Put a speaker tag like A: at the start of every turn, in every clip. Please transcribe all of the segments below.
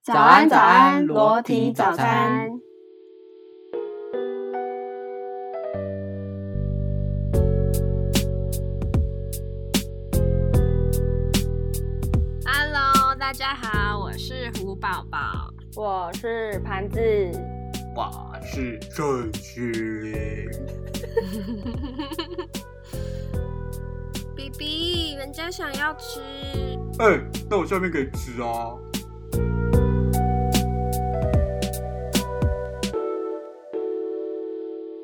A: 早安，早安，裸体早餐。
B: Hello，大家好，我是胡宝宝。
A: 我是盘子，
C: 我是郑绪林。
B: B B，人家想要吃。
C: 哎、那我下面可以吃啊。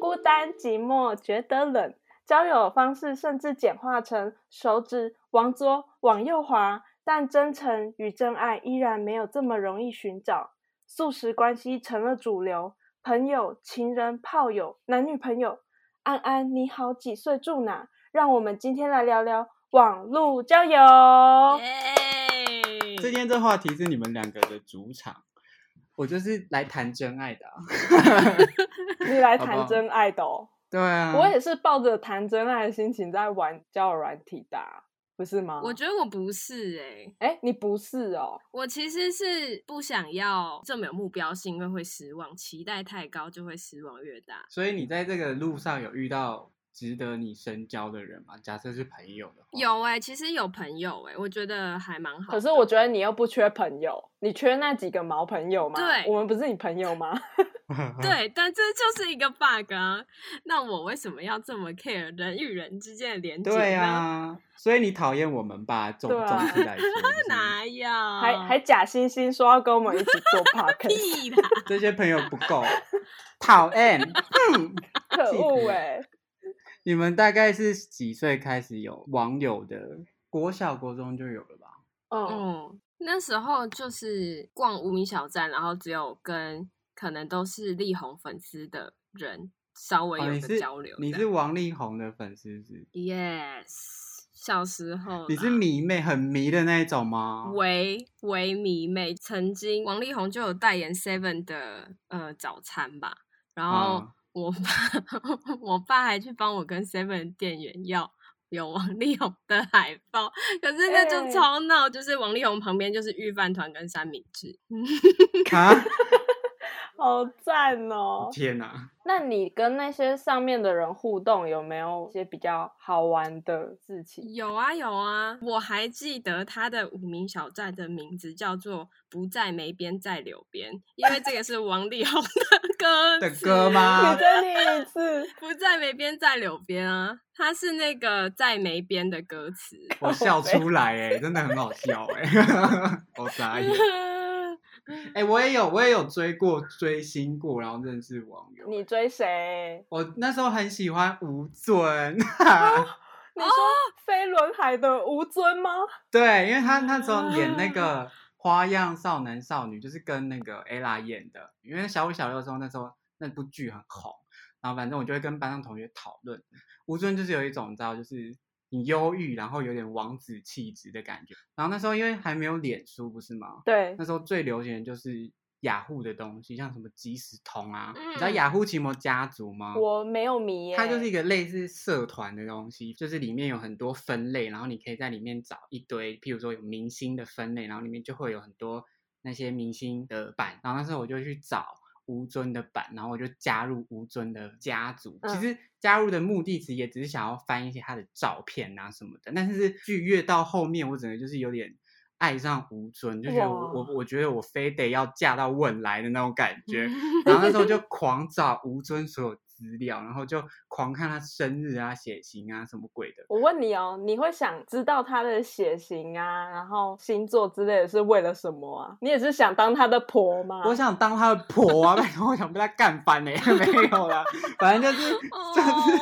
A: 孤单寂寞觉得冷，交友方式甚至简化成手指往左往右滑，但真诚与真爱依然没有这么容易寻找。素食关系成了主流，朋友、情人、炮友、男女朋友。安安，你好，几岁住哪？让我们今天来聊聊网络交友。
B: 耶！
C: 今天这话题是你们两个的主场，我就是来谈真爱的、啊。
A: 你来
C: 好不好
A: 谈真爱的哦。
C: 对啊，
A: 我也是抱着谈真爱的心情在玩交友软体的啊、不是吗？
B: 我觉得我不是哎、
A: 哎，你不是哦，
B: 我其实是不想要这么有目标性，因为会失望，期待太高就会失望越大。
C: 所以你在这个路上有遇到值得你深交的人吗？假设是朋友的话，
B: 有哎、其实有朋友哎、我觉得还蛮好的。
A: 可是我觉得你又不缺朋友，你缺那几个毛朋友吗？
B: 对
A: 我们不是你朋友吗？嗯
B: 对，但这就是一个 bug 啊！那我为什么要这么 care 人与人之间的连接呢？
C: 对啊，所以你讨厌我们吧？总
A: 对啊
C: 总之来说，就是
B: 哪有？
A: 还还假惺惺说要跟我们一起 做 podcast，
B: 屁啦！
C: 这些朋友不够，讨厌。嗯
A: 可
C: 屁
A: 恶
C: 股
A: 哎、
C: 你们大概是几岁开始有网友的？国小、国中就有了吧？
A: 嗯，
C: 哦
B: 嗯，那时候就是逛无名小站，然后只有跟可能都是力宏粉丝的人稍微
C: 哦，
B: 有
C: 你
B: 个
C: 是
B: 交流这
C: 你
B: 样。
C: 是王力宏的粉丝是不是？
B: yes，小时候
C: 你是
B: 啦
C: 迷妹，很迷的那一种吗？
B: 唯唯迷妹，曾经王力宏就有代言 Seven 的呃早餐吧，然后
C: 啊
B: 我爸、我爸 还去帮我跟 Seven 店员要。有王力宏的海报，可是那就
A: 哎
B: 超闹就是王力宏旁边就是御饭团跟三明治，
C: 啊！
A: 好赞哦！
C: 天哪！
A: 那你跟那些上面的人互动，有没有一些比较好玩的事情？
B: 有啊有啊，我还记得他的无名小站的名字叫做“不在梅边在柳边”，因为这个是王力宏的歌
C: 的
B: 词
C: 歌？吗
A: 你？再念一次，
B: 不在梅边在柳边啊，它是那个在梅边的歌词。
C: 我笑出来哎、真的很好笑哎、欸， 我傻眼哎、我也有我也有追过追星过，然后认识网友。
A: 你追谁？
C: 我那时候很喜欢吴尊，
A: 你说飞轮海的吴尊吗？
C: 对，因为他那时候演那个《花样少男少女》，就是跟那个 ella 演的。因为小五小六的时候，那时候那部剧很红，然后反正我就会跟班上同学讨论。吴尊就是有一种你知道，就是你忧郁，然后有点王子气质的感觉。然后那时候因为还没有脸书，不是吗？
A: 对
C: 那，时候最流行的就是雅虎的东西，像什么即时通啊，你知道
B: 嗯
C: 雅虎奇摩家族吗？
A: 我没有迷耶、
C: 它就是一个类似社团的东西，就是里面有很多分类，然后你可以在里面找一堆，譬如说有明星的分类，然后里面就会有很多那些明星的版。然后那时候我就去找吴尊的版，然后我就加入吴尊的家族。
A: 嗯
C: 其实加入的目的其实也只是想要翻一些他的照片啊什么的，但是剧越到后面，我整个就是有点。爱上吴尊，就觉得我
A: 哇
C: 我我觉得我非得要嫁到汶来的那种感
A: 嗯
C: 觉，然后那时候就狂找吴尊所有资料，然后就狂看他生日啊、血型啊什么鬼的。
A: 我问你哦，你会想知道他的血型啊，然后星座之类的是为了什么啊？你也是想当他的婆吗？
C: 我想当他的婆啊，拜托，我想被他干翻呢、 没有啦，反正就是就是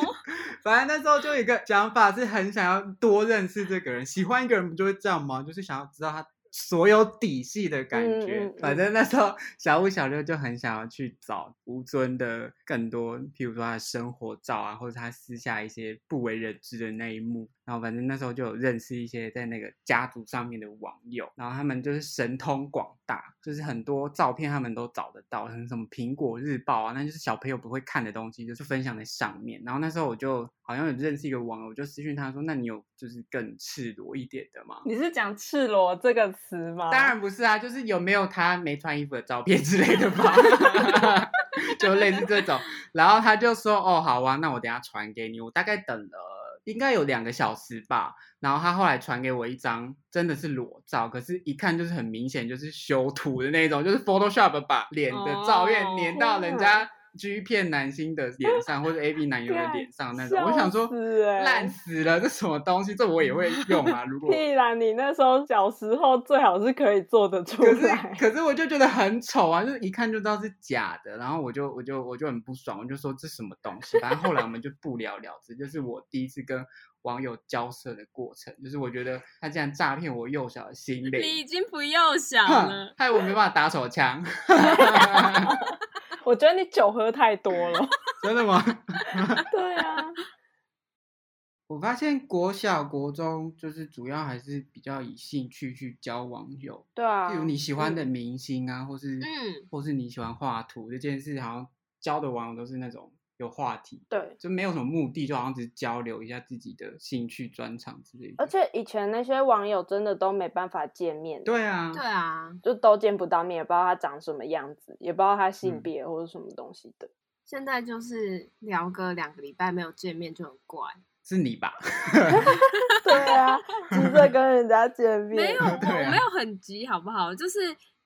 B: 哦，
C: 反正那时候就有一个想法是很想要多认识这个人，喜欢一个人不就会这样吗？就是想要知道他所有底细的感觉。
A: 嗯嗯嗯
C: 反正那时候小五、小六就很想要去找吴尊的更多，譬如说他的生活照啊，或者他私下一些不为人知的那一幕。然后反正那时候就有认识一些在那个家族上面的网友，然后他们就是神通广大，就是很多照片他们都找得到，很什么苹果日报啊，那就是小朋友不会看的东西，就是分享在上面。然后那时候我就好像有认识一个网友，我就私讯他说：“那你有就是更赤裸一点的吗？”
A: 你是讲“赤裸”这个词吗？
C: 当然不是啊，就是有没有他没穿衣服的照片之类的 吧， 就类似这种。然后他就说：“哦，好啊，那我等一下传给你。”我大概等了应该有两个小时吧。然后他后来传给我一张，真的是裸照，可是一看就是很明显就是修图的那种，就是 Photoshop 把脸的照片
B: 哦
C: 粘到人
A: 天
C: 家 G 片男星的脸上，或者 A B 男友的脸上那种。我想说
A: 笑。死欸
C: 烂死了，这什么东西？这我也会用 啊！如果
A: 屁啦！你那时候小时候最好是可以做得出
C: 可是
A: 来，
C: 可是我就觉得很丑啊，就是一看就知道是假的，然后我就我就我就很不爽，我就说这什么东西。反正后来我们就不了了之，就是我第一次跟网友交涉的过程，就是我觉得他竟然诈骗我幼小的心
B: 你
C: 灵，
B: 已经不幼小
C: 哼
B: 了，
C: 害我没办法打手枪，
A: 我觉得你酒喝太多了。
C: 真的吗？
A: 对啊，
C: 我发现国小国中就是主要还是比较以兴趣去交网友，
A: 对啊。
C: 例如你喜欢的
A: 嗯
C: 明星啊，或是
B: 嗯
C: 或是你喜欢画图这件事，好像交的网友都是那种有话题，
A: 对，
C: 就没有什么目的，就好像只是交流一下自己的兴趣专长之类的。
A: 而且以前那些网友真的都没办法见面，，
C: 对啊，
B: 对啊，
A: 就都见不到面，也不知道他长什么样子，也不知道他性
C: 嗯
A: 别或者什么东西的。
B: 现在就是聊个两个礼拜没有见面就很怪，
C: 是你吧？
A: 对啊，急着跟人家见面，
B: 没有，我
C: 对啊
B: 没有很急，好不好？就是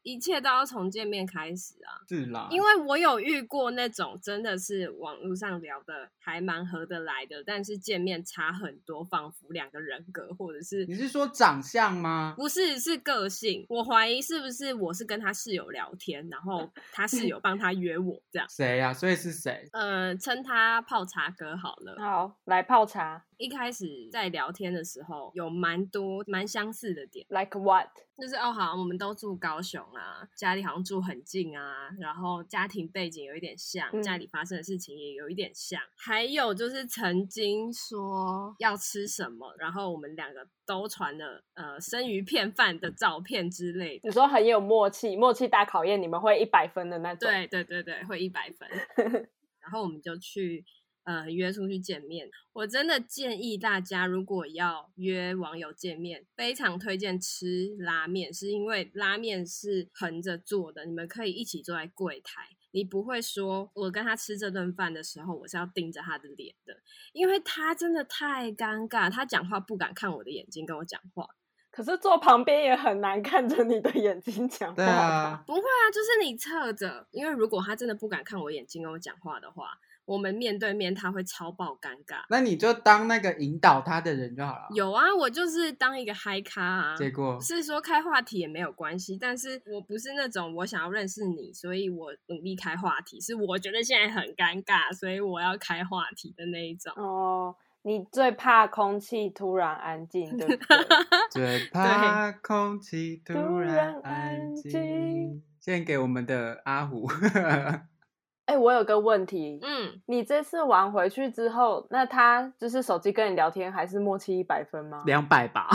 B: 一切都要从见面开始啊。
C: 是啦，
B: 因为我有遇过那种真的是网络上聊的还蛮合得来的，但是见面差很多，仿佛两个人格或者是
C: 你是说长相吗？
B: 不是是个性。我怀疑是不是我是跟他室友聊天，然后他室友帮他约我这样。
C: 谁呀、所以是谁？
B: 呃，称他泡茶哥好了。
A: 好，来泡茶
B: 一开始在聊天的时候，有蛮多蛮相似的点，
A: ，like what？
B: 就是哦，好，我们都住高雄啊，家里好像住很近啊，然后家庭背景有一点像，
A: 嗯
B: 家里发生的事情也有一点像，还有就是曾经说要吃什么，然后我们两个都传了呃生鱼片饭的照片之类的
A: 你。说很有默契，默契大考验，你们会一百分的那种。
B: 对对对对，会一百 分。然后我们就去呃约出去见面。我真的建议大家，如果要约网友见面，非常推荐吃拉面，是因为拉面是横着坐的，你们可以一起坐在柜台。你不会说，我跟他吃这顿饭的时候，我是要盯着他的脸的，因为他真的太尴尬，他讲话不敢看我的眼睛跟我讲话。
A: 可是坐旁边也很难看着你的眼睛讲话。
C: 对，啊，
B: 不会啊，就是你侧着，因为如果他真的不敢看我眼睛跟我讲话的话，我们面对面他会超爆尴尬。
C: 那你就当那个引导他的人就好了。
B: 有啊，我就是当一个嗨咖啊。
C: 结果
B: 是说开话题也没有关系，但是我不是那种我想要认识你，所以我努力开话题，是我觉得现在很尴尬，所以我要开话题的那一种。
A: 哦，你最怕空气突然安静，对不 对？
C: 最怕空气突然
A: 突然
C: 安
A: 安
C: 静
A: 静。
C: 献给我们的阿虎，
A: 哎、我有个问题，
B: 嗯，
A: 你这次玩回去之后，那他就是手机跟你聊天，还是默契一百分吗？
C: 两百吧。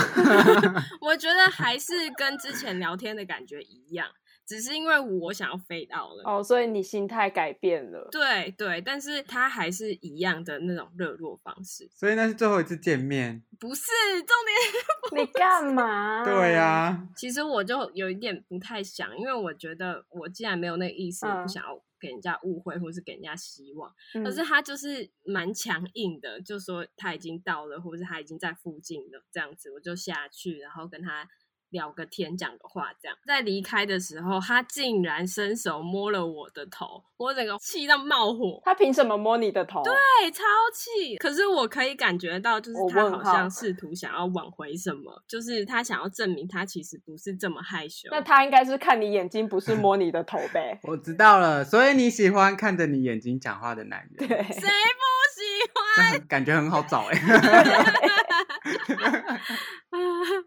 B: 我觉得还是跟之前聊天的感觉一样，只是因为我想要飞到了。
A: 哦，所以你心态改变 了。
B: 对对，但是他还是一样的那种热络方式，
C: 所以那是最后一次见面。
B: 不是重点。
A: 你干嘛？
C: 对呀、、啊，？
B: 其实我就有一点不太想，因为我觉得我既然没有那个意思，我不
A: 嗯
B: 想要给人家误会或是给人家希望。
A: 嗯
B: 可是他就是蛮强硬的，就说他已经到了，或者是他已经在附近了，这样子我就下去，然后跟他。聊个天，讲个话，这样在离开的时候，他竟然伸手摸了我的头，我整个气到冒火。
A: 他凭什么摸你的头？对，
B: 对，超气！可是我可以感觉到，就是
A: 我
B: 他
A: 问
B: 好
A: 号
B: 像试图想要挽回什么，就是他想要证明他其实不是这么害羞。
A: 那他应该是看你眼睛，不是摸你的头呗
C: 我知道了。所以你喜欢看着你眼睛讲话的男人，
A: 对，
B: 谁不喜欢？
C: 那很 感觉很好找哎、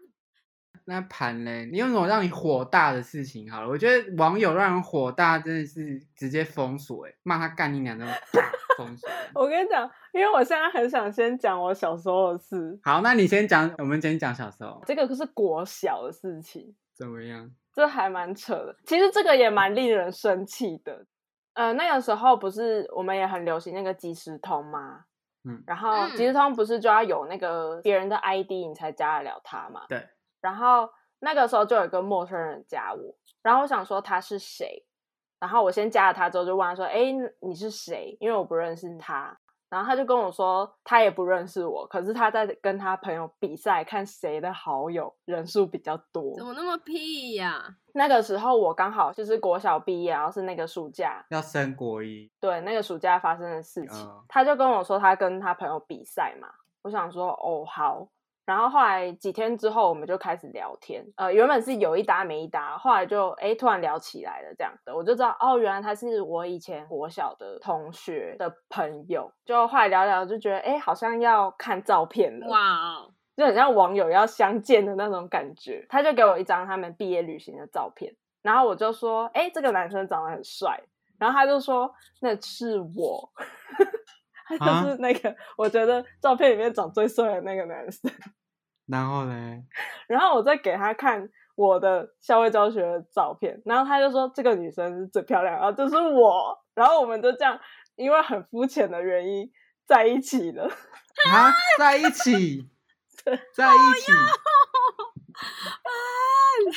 C: 那盘嘞，你有什么让你火大的事情？好了，我觉得网友让人火大真的是直接封锁哎、骂他干你娘的， 啪封锁。
A: 我跟你讲，因为我现在很想先讲我小时候的事，
C: 好，那你先讲，我们先讲小时候
A: 这个是国小的事情。
C: 怎么样？
A: 这还蛮扯的。其实这个也蛮令人生气的。呃，那个时候不是我们也很流行那个即时通吗？
C: 嗯
A: 然后
B: 嗯
A: 即时通不是就要有那个别人的 ID 你才加得了他嘛？
C: 对。
A: 然后那个时候就有一个陌生人加我，然后我想说他是谁，然后我先加了他之后就问他说：“哎，你是谁？”因为我不认识他。然后他就跟我说，他也不认识我，可是他在跟他朋友比赛，看谁的好友人数比较 多。
B: 怎么那么屁呀、
A: 那个时候我刚好就是国小毕业，然后是那个暑假，
C: 要升国一，
A: 对，那个暑假发生的事情，
C: 嗯
A: 他就跟我说他跟他朋友比赛嘛，我想说哦好，然后后来几天之后我们就开始聊天，呃，原本是有一搭没一搭，后来就哎突然聊起来了这样的，我就知道哦原来他是我以前国小的同学的朋友，就后来聊聊就觉得哎好像要看照片了，
B: 哇哦，
A: 就很像网友要相见的那种感觉。他就给我一张他们毕业旅行的照片，然后我就说：“哎、这个男生长得很帅。”然后他就说：“那是我。” 他就是那个、我觉得照片里面长最帅的那个男生。
C: 然后嘞，
A: 然后我再给他看我的校外教学的照片，然后他就说这个女生是最漂亮，然后就是我，然后我们就这样，因为很肤浅的原因在一起了。
C: 啊，在一 起
A: 对，
C: 在一起，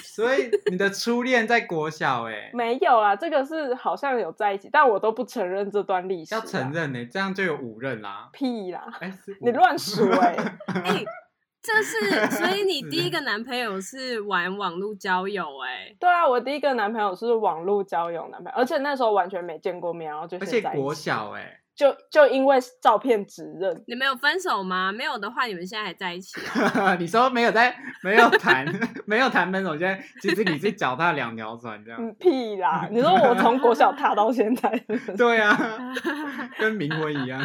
C: 所以你的初恋在国小哎、
A: 没有啊，这个是好像有在一起，但我都不承认这段历史、啊。
C: 要承认呢、欸这样就有五任啦。
A: 屁啦！
C: 哎、是
A: 你
C: 五
A: 乱数哎、
B: 哎、这是所以你
C: 是
B: 第一个男朋友是玩网络交友哎、
A: 对啊，我第一个男朋友是网络交友男朋友，而且那时候完全没见过面，然后就
C: 而且
A: 先在一起
C: 国小哎、
A: 就就因为照片指认，
B: 你们有分手吗？没有的话，你们现在还在一起哦、
C: 你说没有在没有谈 没有谈分手，现在其实你是脚踏两条船这样。
A: 嗯屁 啦！你说我从国小踏到现在，
C: 对 啊，跟冥婚一样。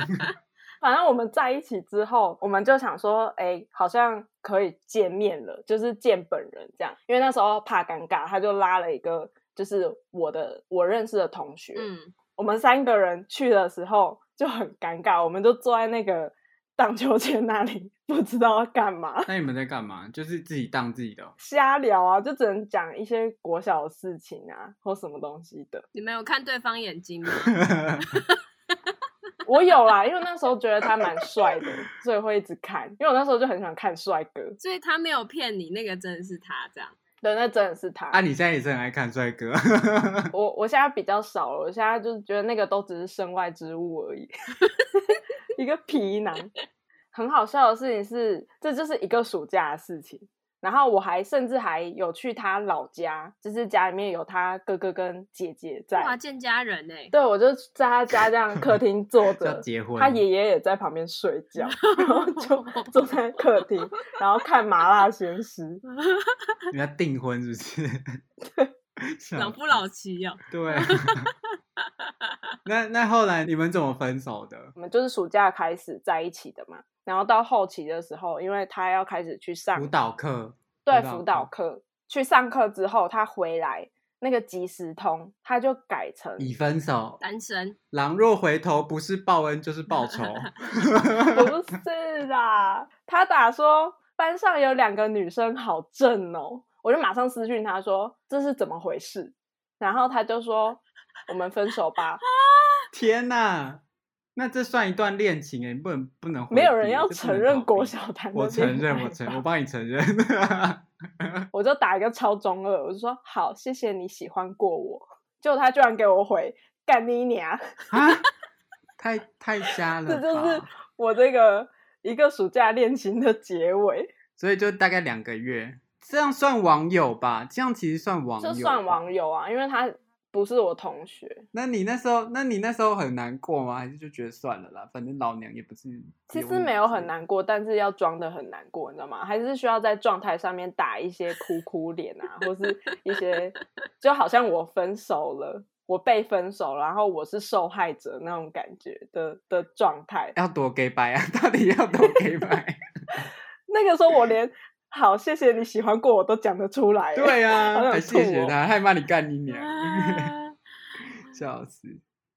A: 反正我们在一起之后，我们就想说，哎、好像可以见面了，就是见本人这样。因为那时候怕尴尬，他就拉了一个就是我的我认识的同学，
B: 嗯，
A: 我们三个人去的时候就很尴尬，我们就坐在那个荡秋千那里，不知道要干嘛，
C: 那你们在干嘛？就是自己当自己的 哦、
A: 瞎聊啊，就只能讲一些国小的事情啊，或什么东西的。
B: 你们有看对方眼睛吗？
A: 我有啦，因为那时候觉得他蛮帅的，所以会一直看。因为我那时候就很喜欢看帅哥，
B: 所以他没有骗你，那个真的是他这样。
A: 对，那真的是他。
C: 啊，你现在也是很爱看帅 哥。
A: 我我现在比较少了，我现在就是觉得那个都只是身外之物而已， 一个皮囊。很好笑的事情是，这就是一个暑假的事情。然后我还甚至还有去他老家，就是家里面有他哥哥跟姐姐
B: 哇，
A: 在。
B: 见家人哎、
A: 对，我就在他家这样客厅 坐
C: 要
A: 着，
C: 结婚，
A: 他爷爷也在旁边睡 觉，然后就坐在客厅，然后看麻辣鲜师。
C: 你要订婚是不 是？笑
B: 老夫老妻哦、
C: 对。 那那后来你们怎么分手的？
A: 我们就是暑假开始在一起的嘛，然后到后期的时候，因为他要开始去上
C: 舞蹈课，
A: 对
C: 辅导嗯
A: 辅导课，去上课之后，他回来那个即时通，他就改成
C: 已分手，
B: 单身，
C: 狼若回头，不是报恩就是报仇。
A: 不是啦，他打说班上有两个女生好正哦，我就马上私讯他说这是怎么回事，然后他就说我们分手 吧，
C: 天哪，那这算一段恋情哎，你不能不能回避，欸
A: 没有人要
C: 这不
A: 承
C: 能逃
A: 认
C: 避
A: 国。小谈的
C: 我承
A: 恋
C: 认，我
A: 爱
C: 承，
A: 吧
C: 我帮你承认。啊
A: 我就打一个超中二，我就说好，谢谢你喜欢过我。结果他居然给我回干你娘，
C: 啊，太太瞎了
A: 这
C: 吧，
A: 就是我这个一个暑假恋情的结尾，
C: 所以就大概两个月，这样算网友吧？这样其实算网友，
A: 这算。网友啊，因为他不是我同学。
C: 那你那时候，那你那时候很难过吗？还是就觉得算了啦，反正老娘也不是。
A: 其实没有很。难过，但是要装的很难过，你知道吗？还是需要在状态上面打一些哭哭脸啊，或是一些就好像我分手了，我被分手了，然后我是受害者那种感觉的的状态。
C: 要多给白啊！ 到底要多给 白？
A: 那个时候我连好谢谢你喜欢过我都讲得出来。，
C: 对啊，
A: 好想
C: 还谢
A: 吐
C: 谢
A: 哦
C: 他，还骂你干你娘，
B: 啊
C: 笑死。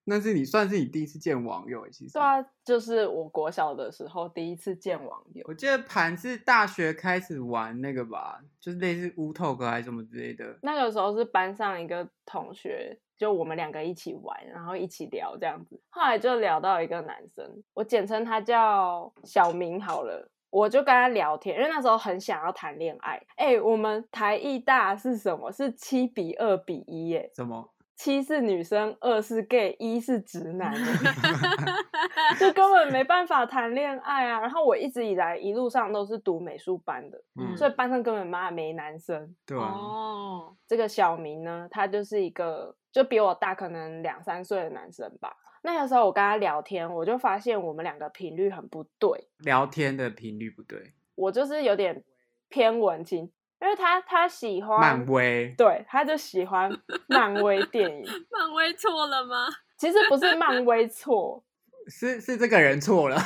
C: 那是你算是你第一次见网友欸，其实。
A: 对啊，就是我国小的时候第一次见网友，
C: 我记得盘是大学开始玩那个吧，就是类似乌透哥还是什么之类的。
A: 那个时候是班上一个同学，就我们两个一起玩，然后一起聊这样子。后来就聊到一个男生，我简称他叫小明好了。我就跟他聊天，因为那时候很想要谈恋爱。哎、我们台艺大是什么？是七比二比一耶，
C: 什么？
A: 七是女生，二是 gay，一是直男耶。 就根本没办法谈恋爱啊。然后我一直以来一路上都是读美术班的，
C: 嗯，
A: 所以班上根本妈没男生。
C: 对啊，
B: 哦，
A: 这个小明呢，他就是一个就比我大可能两三岁的男生吧。那个时候我跟他聊天，我就发现我们两个频率很不对，
C: 聊天的频率不对，
A: 我就是有点偏文青，因为他他喜欢
C: 漫，威
A: 对，他就喜欢漫威电影。
B: 漫威错了吗？
A: 其实不是漫威错，
C: 是是这个人错了，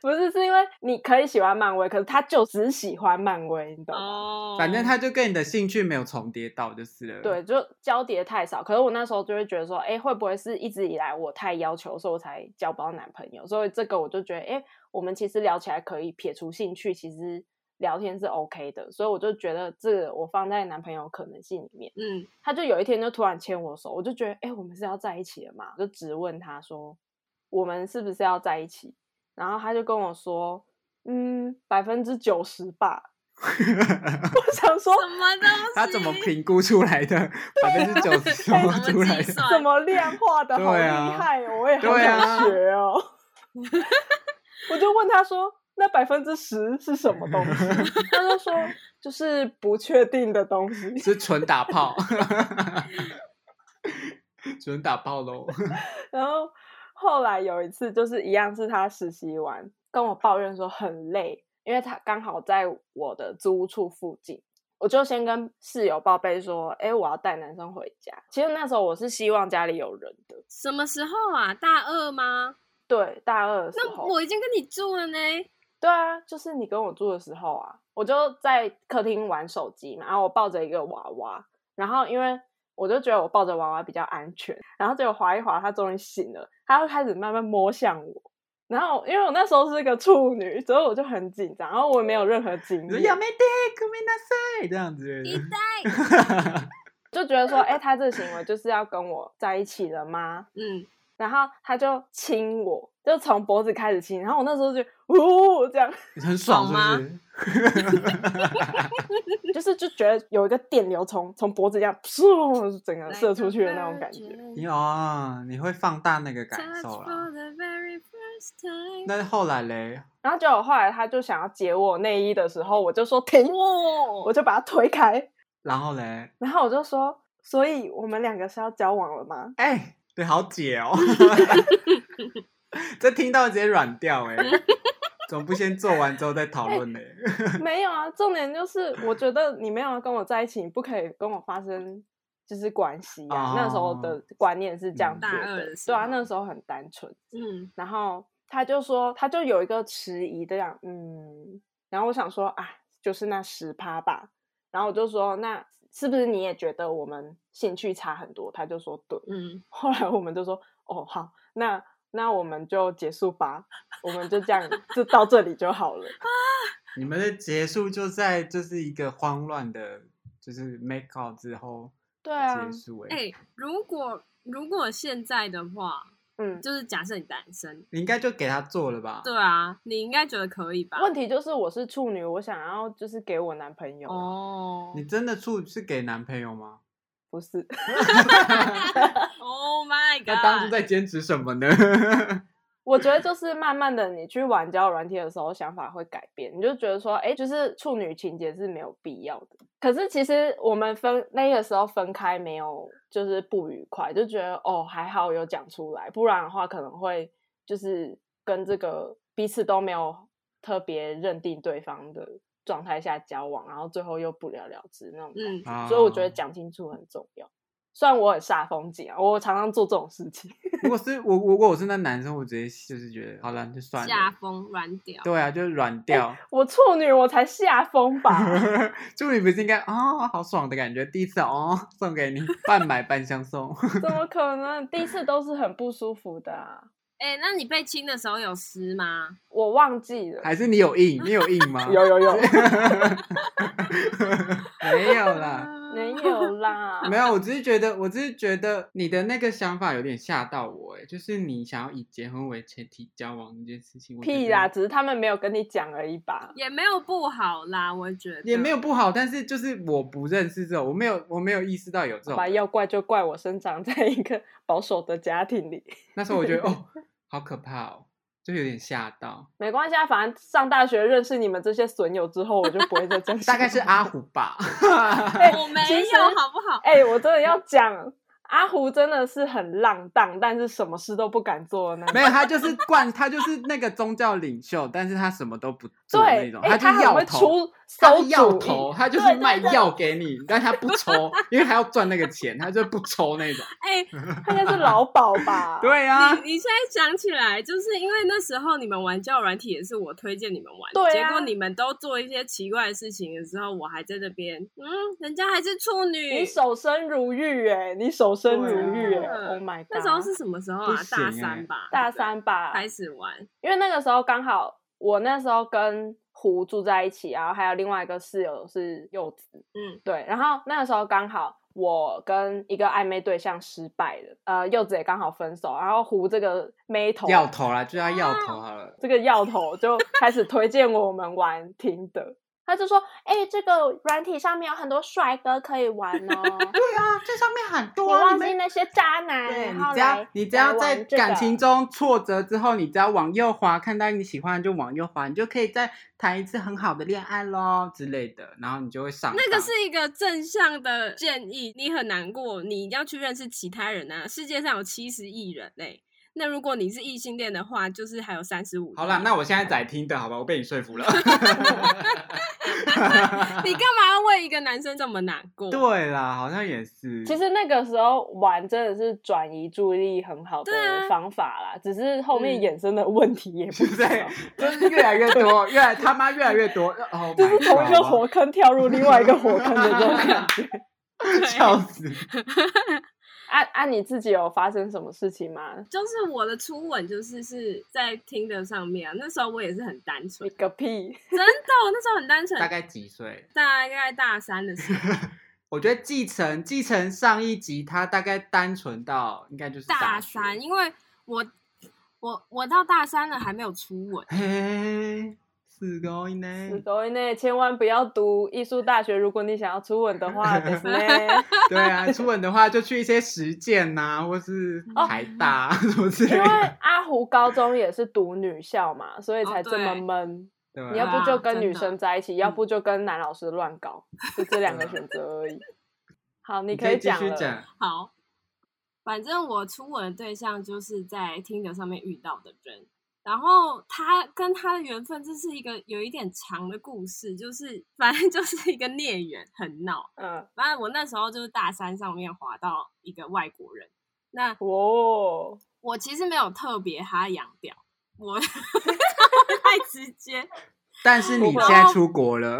A: 不是是因为你可以喜欢漫威，可是他就只喜欢漫威，你懂吗？
B: 哦，
C: 反正他就跟你的兴趣没有重叠到就是了。
A: 对，，就交叠太少。可是我那时候就会觉得说，哎，会不会是一直以来我太要求，所以我才交不到男朋友？所以这个我就觉得，哎，我们其实聊起来可以撇除兴趣，其实聊天是 OK 的。所以我就觉得这个我放在男朋友可能性里面。
B: 嗯，
A: 他就有一天就突然牵我手，我就觉得，哎，我们是要在一起了嘛？我就直问他说，我们是不是要在一起？然后他就跟我说，嗯，百分之九十吧。我 想说，
B: 什么东西？
C: 他怎么评估出来的？百分之九 十怎么
B: 怎么
C: 出
B: 计
C: 来的？
B: 算
A: 怎么量化的
C: 对
A: 好厉
C: 啊
A: 害哦，我也好
C: 对
A: 想
C: 啊
A: 学哦。我就问他说：“那百分之十是什么东西？”他就说：“就是不确定的东西。
C: 是纯打炮， 纯打炮喽。”
A: 然后后来有一次，就是一样是他实习完跟我抱怨说很累，因为他刚好在我的租屋处附近。我就先跟室友报备说：“哎、我要带男生回家。”其实那时候我是希望家里有人的。
B: 什么时候啊？大二吗？
A: 对，大二的时
B: 那
A: 候，
B: 我已经跟你住了 呢。
A: 对啊，就是你跟我住的时候啊，我就在客厅玩手机嘛，然后我抱着一个娃娃，然后因为我就觉得我抱着娃娃比较安全，然后结果滑一滑，它终于醒了，它就开始慢慢摸向我。然后，因为我那时候是个处女，所以我就很紧张，然后我也没有任何经
C: 你说亚
A: 验，
C: 美迪克米纳塞这样子，
B: 一代，
A: 就觉得说，哎、它这个行为就是要跟我在一起了吗？
B: 嗯，
A: 然后它就亲我，就从脖子开始亲，然后我那时候就呜这样，
C: 很爽
B: 爽吗
C: 是不是？
A: 就是就觉得有一个电流从从脖子这样噗，整个射出去的那种感觉。
C: 你啊，你会放大那个感
B: Touch
C: 受
B: for
C: 啦。
B: the very first time。
C: 那后来嘞，
A: 然后结果后来他就想要解我内衣的时候，我就说停，我
B: 哇，
A: 就把他推开，
C: 然后嘞，
A: 然后我就说，所以我们两个是要交往了吗？
C: 哎、对，好解哦。这听到直接软掉哎、总不先做完之后再讨论嘞。
A: 没有啊，重点就是我觉得你没有要跟我在一起，你不可以跟我发生就是关系啊。那时候的观念是这样
C: 嗯
A: 觉
B: 大二
A: 得
B: 的，时
A: 对啊，
B: 候
A: 那时候很单纯。
B: 嗯，
A: 然后他就说，他就有一个迟疑的样，嗯，然后我想说啊，就是那十趴吧。然后我就说，那是不是你也觉得我们兴趣差很多？他就说对。
B: 嗯，
A: 后来我们就说，哦，好，那那我们就结束吧，我们就这样，就到这里就好了。
C: 你们的结束就在就是一个慌乱的，就是 make out 之后
A: 对啊
C: 结，束哎、
B: 哎、如果如果现在的话，
A: 嗯，
B: 就是假设你单身，
C: 你应该就给他做了吧？
B: 对啊，你应该觉得可以吧？
A: 问题就是我是处女，我想要就是给我男朋友，啊
B: 哦
C: 你真的处是给男朋友吗？
A: 不是
B: ，Oh my
C: 那当初
B: god！
C: 在坚持什么呢？
A: 我觉得就是慢慢的，你去玩交友软体的时候，想法会改变，你就觉得说，哎，就是处女情节是没有必要的。可是其实我们分那个时候分开没有，就是不愉快，就觉得哦还好有讲出来，不然的话可能会就是跟这个彼此都没有特别认定对方的状态下交往，然后最后又不了了之那种感觉。
C: 啊
B: 嗯，
C: 哦
A: 所以我觉得讲清楚很重要。虽然我很煞风景啊，我常常做这种事情。
C: 如果是我，我如果我是那男生，我直接就是觉得好了，就算
B: 下
C: 了。
B: 风软屌，
C: 对啊，就是软掉。
A: 我处女，我才下风吧。
C: 就你不是应该啊、好爽的感觉，第一次哦，送给你，半买半相送。
A: 怎么可能？第一次都是很不舒服的啊！
B: 哎、那你被亲的时候有湿吗？
A: 我忘记了，
C: 还是你有印？你有印吗？
A: 有有有，
C: 没有啦，
A: 没有啦。
C: 没有。我只是觉得，我只是觉得你的那个想法有点吓到我、欸，就是你想要以结婚为前提交往这件事情，我觉
A: 屁
C: 得
A: 啦，只是他们没有跟你讲而已吧。
B: 也没有不好啦，我觉得
C: 也没有不好，但是就是我不认识这种，我没有我没有意识到有这
A: 好
C: 种
A: 吧，
C: 人。
A: 要怪就怪我生长在一个保守的家庭里，
C: 那时候我觉得 哦，好可怕哦，就有点吓到。
A: 没关系啊，反正上大学认识你们这些损友之后，我就不会再这样 想。
C: 大概是阿虎吧，
B: 我
A: 其
B: 没
A: 实
B: 有，好不好？
A: 哎、我真的要讲，阿胡真的是很浪荡，但是什么事都不敢做的 那
C: 没有，他就是惯，他就是那个宗教领袖，但是他什么都不做那
A: 对，
C: 种，
A: 哎、
C: 就
A: 他很
C: 要
A: 会
C: 头，
A: 出
C: 他
A: 馊
C: 是要
A: 主意
C: 头，他就是
A: 对对
C: 卖
A: 对
C: 药给你，但他不抽，因为他要赚那个钱，他就不抽那种。
B: 哎、
A: 他应该是劳保吧？
C: 对啊，
B: 你你现在想起来，就是因为那时候你们玩交友软体也是我推荐你们玩，
A: 对
B: 结
A: 啊
B: 果你们都做一些奇怪的事情的时候，我还在这边，嗯，人家还是处女
A: 你。守身如玉哎、你守身如玉哎、
B: 对啊
A: o h my god！
B: 那时候是什么时候
C: 不
B: 啊？
C: 行
B: 大
C: 欸
B: 三吧，
A: 大
B: 对不对
A: 三吧，
B: 开始玩，
A: 因为那个时候刚好我那时候跟胡住在一起，然后还有另外一个室友是柚子，
B: 嗯，
A: 对，然后那个时候刚好我跟一个暧昧对象失败了，呃，柚子也刚好分手，然后胡这个妹头啊
C: 要头啦，就要要头好了。
A: 这个药头就开始推荐我们玩听的。他就说：“哎、这个软体上面有很多帅哥可以玩哦，
C: 对啊，这上面很
A: 你
C: 多
A: 忘记那些渣男，
C: 对
A: 然
C: 你
A: 后
C: 只
A: 来
C: 要你只要
A: 来玩
C: 在
A: 这
C: 感
A: 个
C: 情中挫折之后，你只要往右滑，看到你喜欢就往右滑，你就可以再谈一次很好的恋爱喽之类的，然后你就会上当。
B: 那个是一个正向的建议，你很难过，你要去认识其他人啊。世界上有七十亿人哎、那如果你是异性恋的话，就是还有三十五。
C: 好啦，那我现在在听的好吧，我被你说 服了。
B: 你干嘛要为一个男生这么难过？
C: 对啦，好像也是。
A: 其实那个时候玩真的是转移注意力很好的
B: 对啊
A: 方法啦，只是后
B: 嗯
A: 面衍生的问题也不
C: 对不
A: 少，
C: 对，就是越来越多，越来他妈越来越多，哦，
A: 就是从一个火
C: 活
A: 坑跳入另外一个火坑的这种 感觉。
C: 笑 死。
A: 啊啊，你自己有发生什么事情吗？
B: 就是我的初吻，就是是在听的上面啊。那时候我也是很单纯
A: 你，个屁！
B: 真的，我那时候很单纯
C: 大，概几岁？
B: 大概大三的时 候，
C: 我觉得继承继承上一集，他大概单纯到应该就是
B: 大
C: 学
B: 三，因为我我我到大三了还没有初吻，
C: 嘿，すごいね。
A: 所以呢，千万不要读艺术大学，如果你想要初吻的 话，ですね
C: 对啊，初吻的话就去一些实践呐、或是
A: 哦
C: 台大、啊什么之类
A: 因为
C: 的。
A: 阿胡高中也是读女校嘛，所以才
B: 哦
A: 这么
B: 对
A: 闷。
C: 对啊
A: 你要不就跟
B: 真的嗯
A: 女生在一起，要不就跟男老师乱搞，就这两个
C: 真的
A: 选择而已。好，你
C: 你
A: 可
C: 以继
A: 讲
C: 续
A: 了。
C: 讲，
B: 好，反正我初吻的对象就是在听的上面遇到的人，然后他跟他的缘分，这是一个有一点长的故事，就是反正就是一个孽缘，很闹。
A: 嗯，
B: 反正我那时候就是大三上面滑到一个外国人，那
A: 哦，
B: 我其实没有特别哈洋屌，我 太直接，
C: 但是你
A: 不
C: 现
A: 会
C: 在出国了，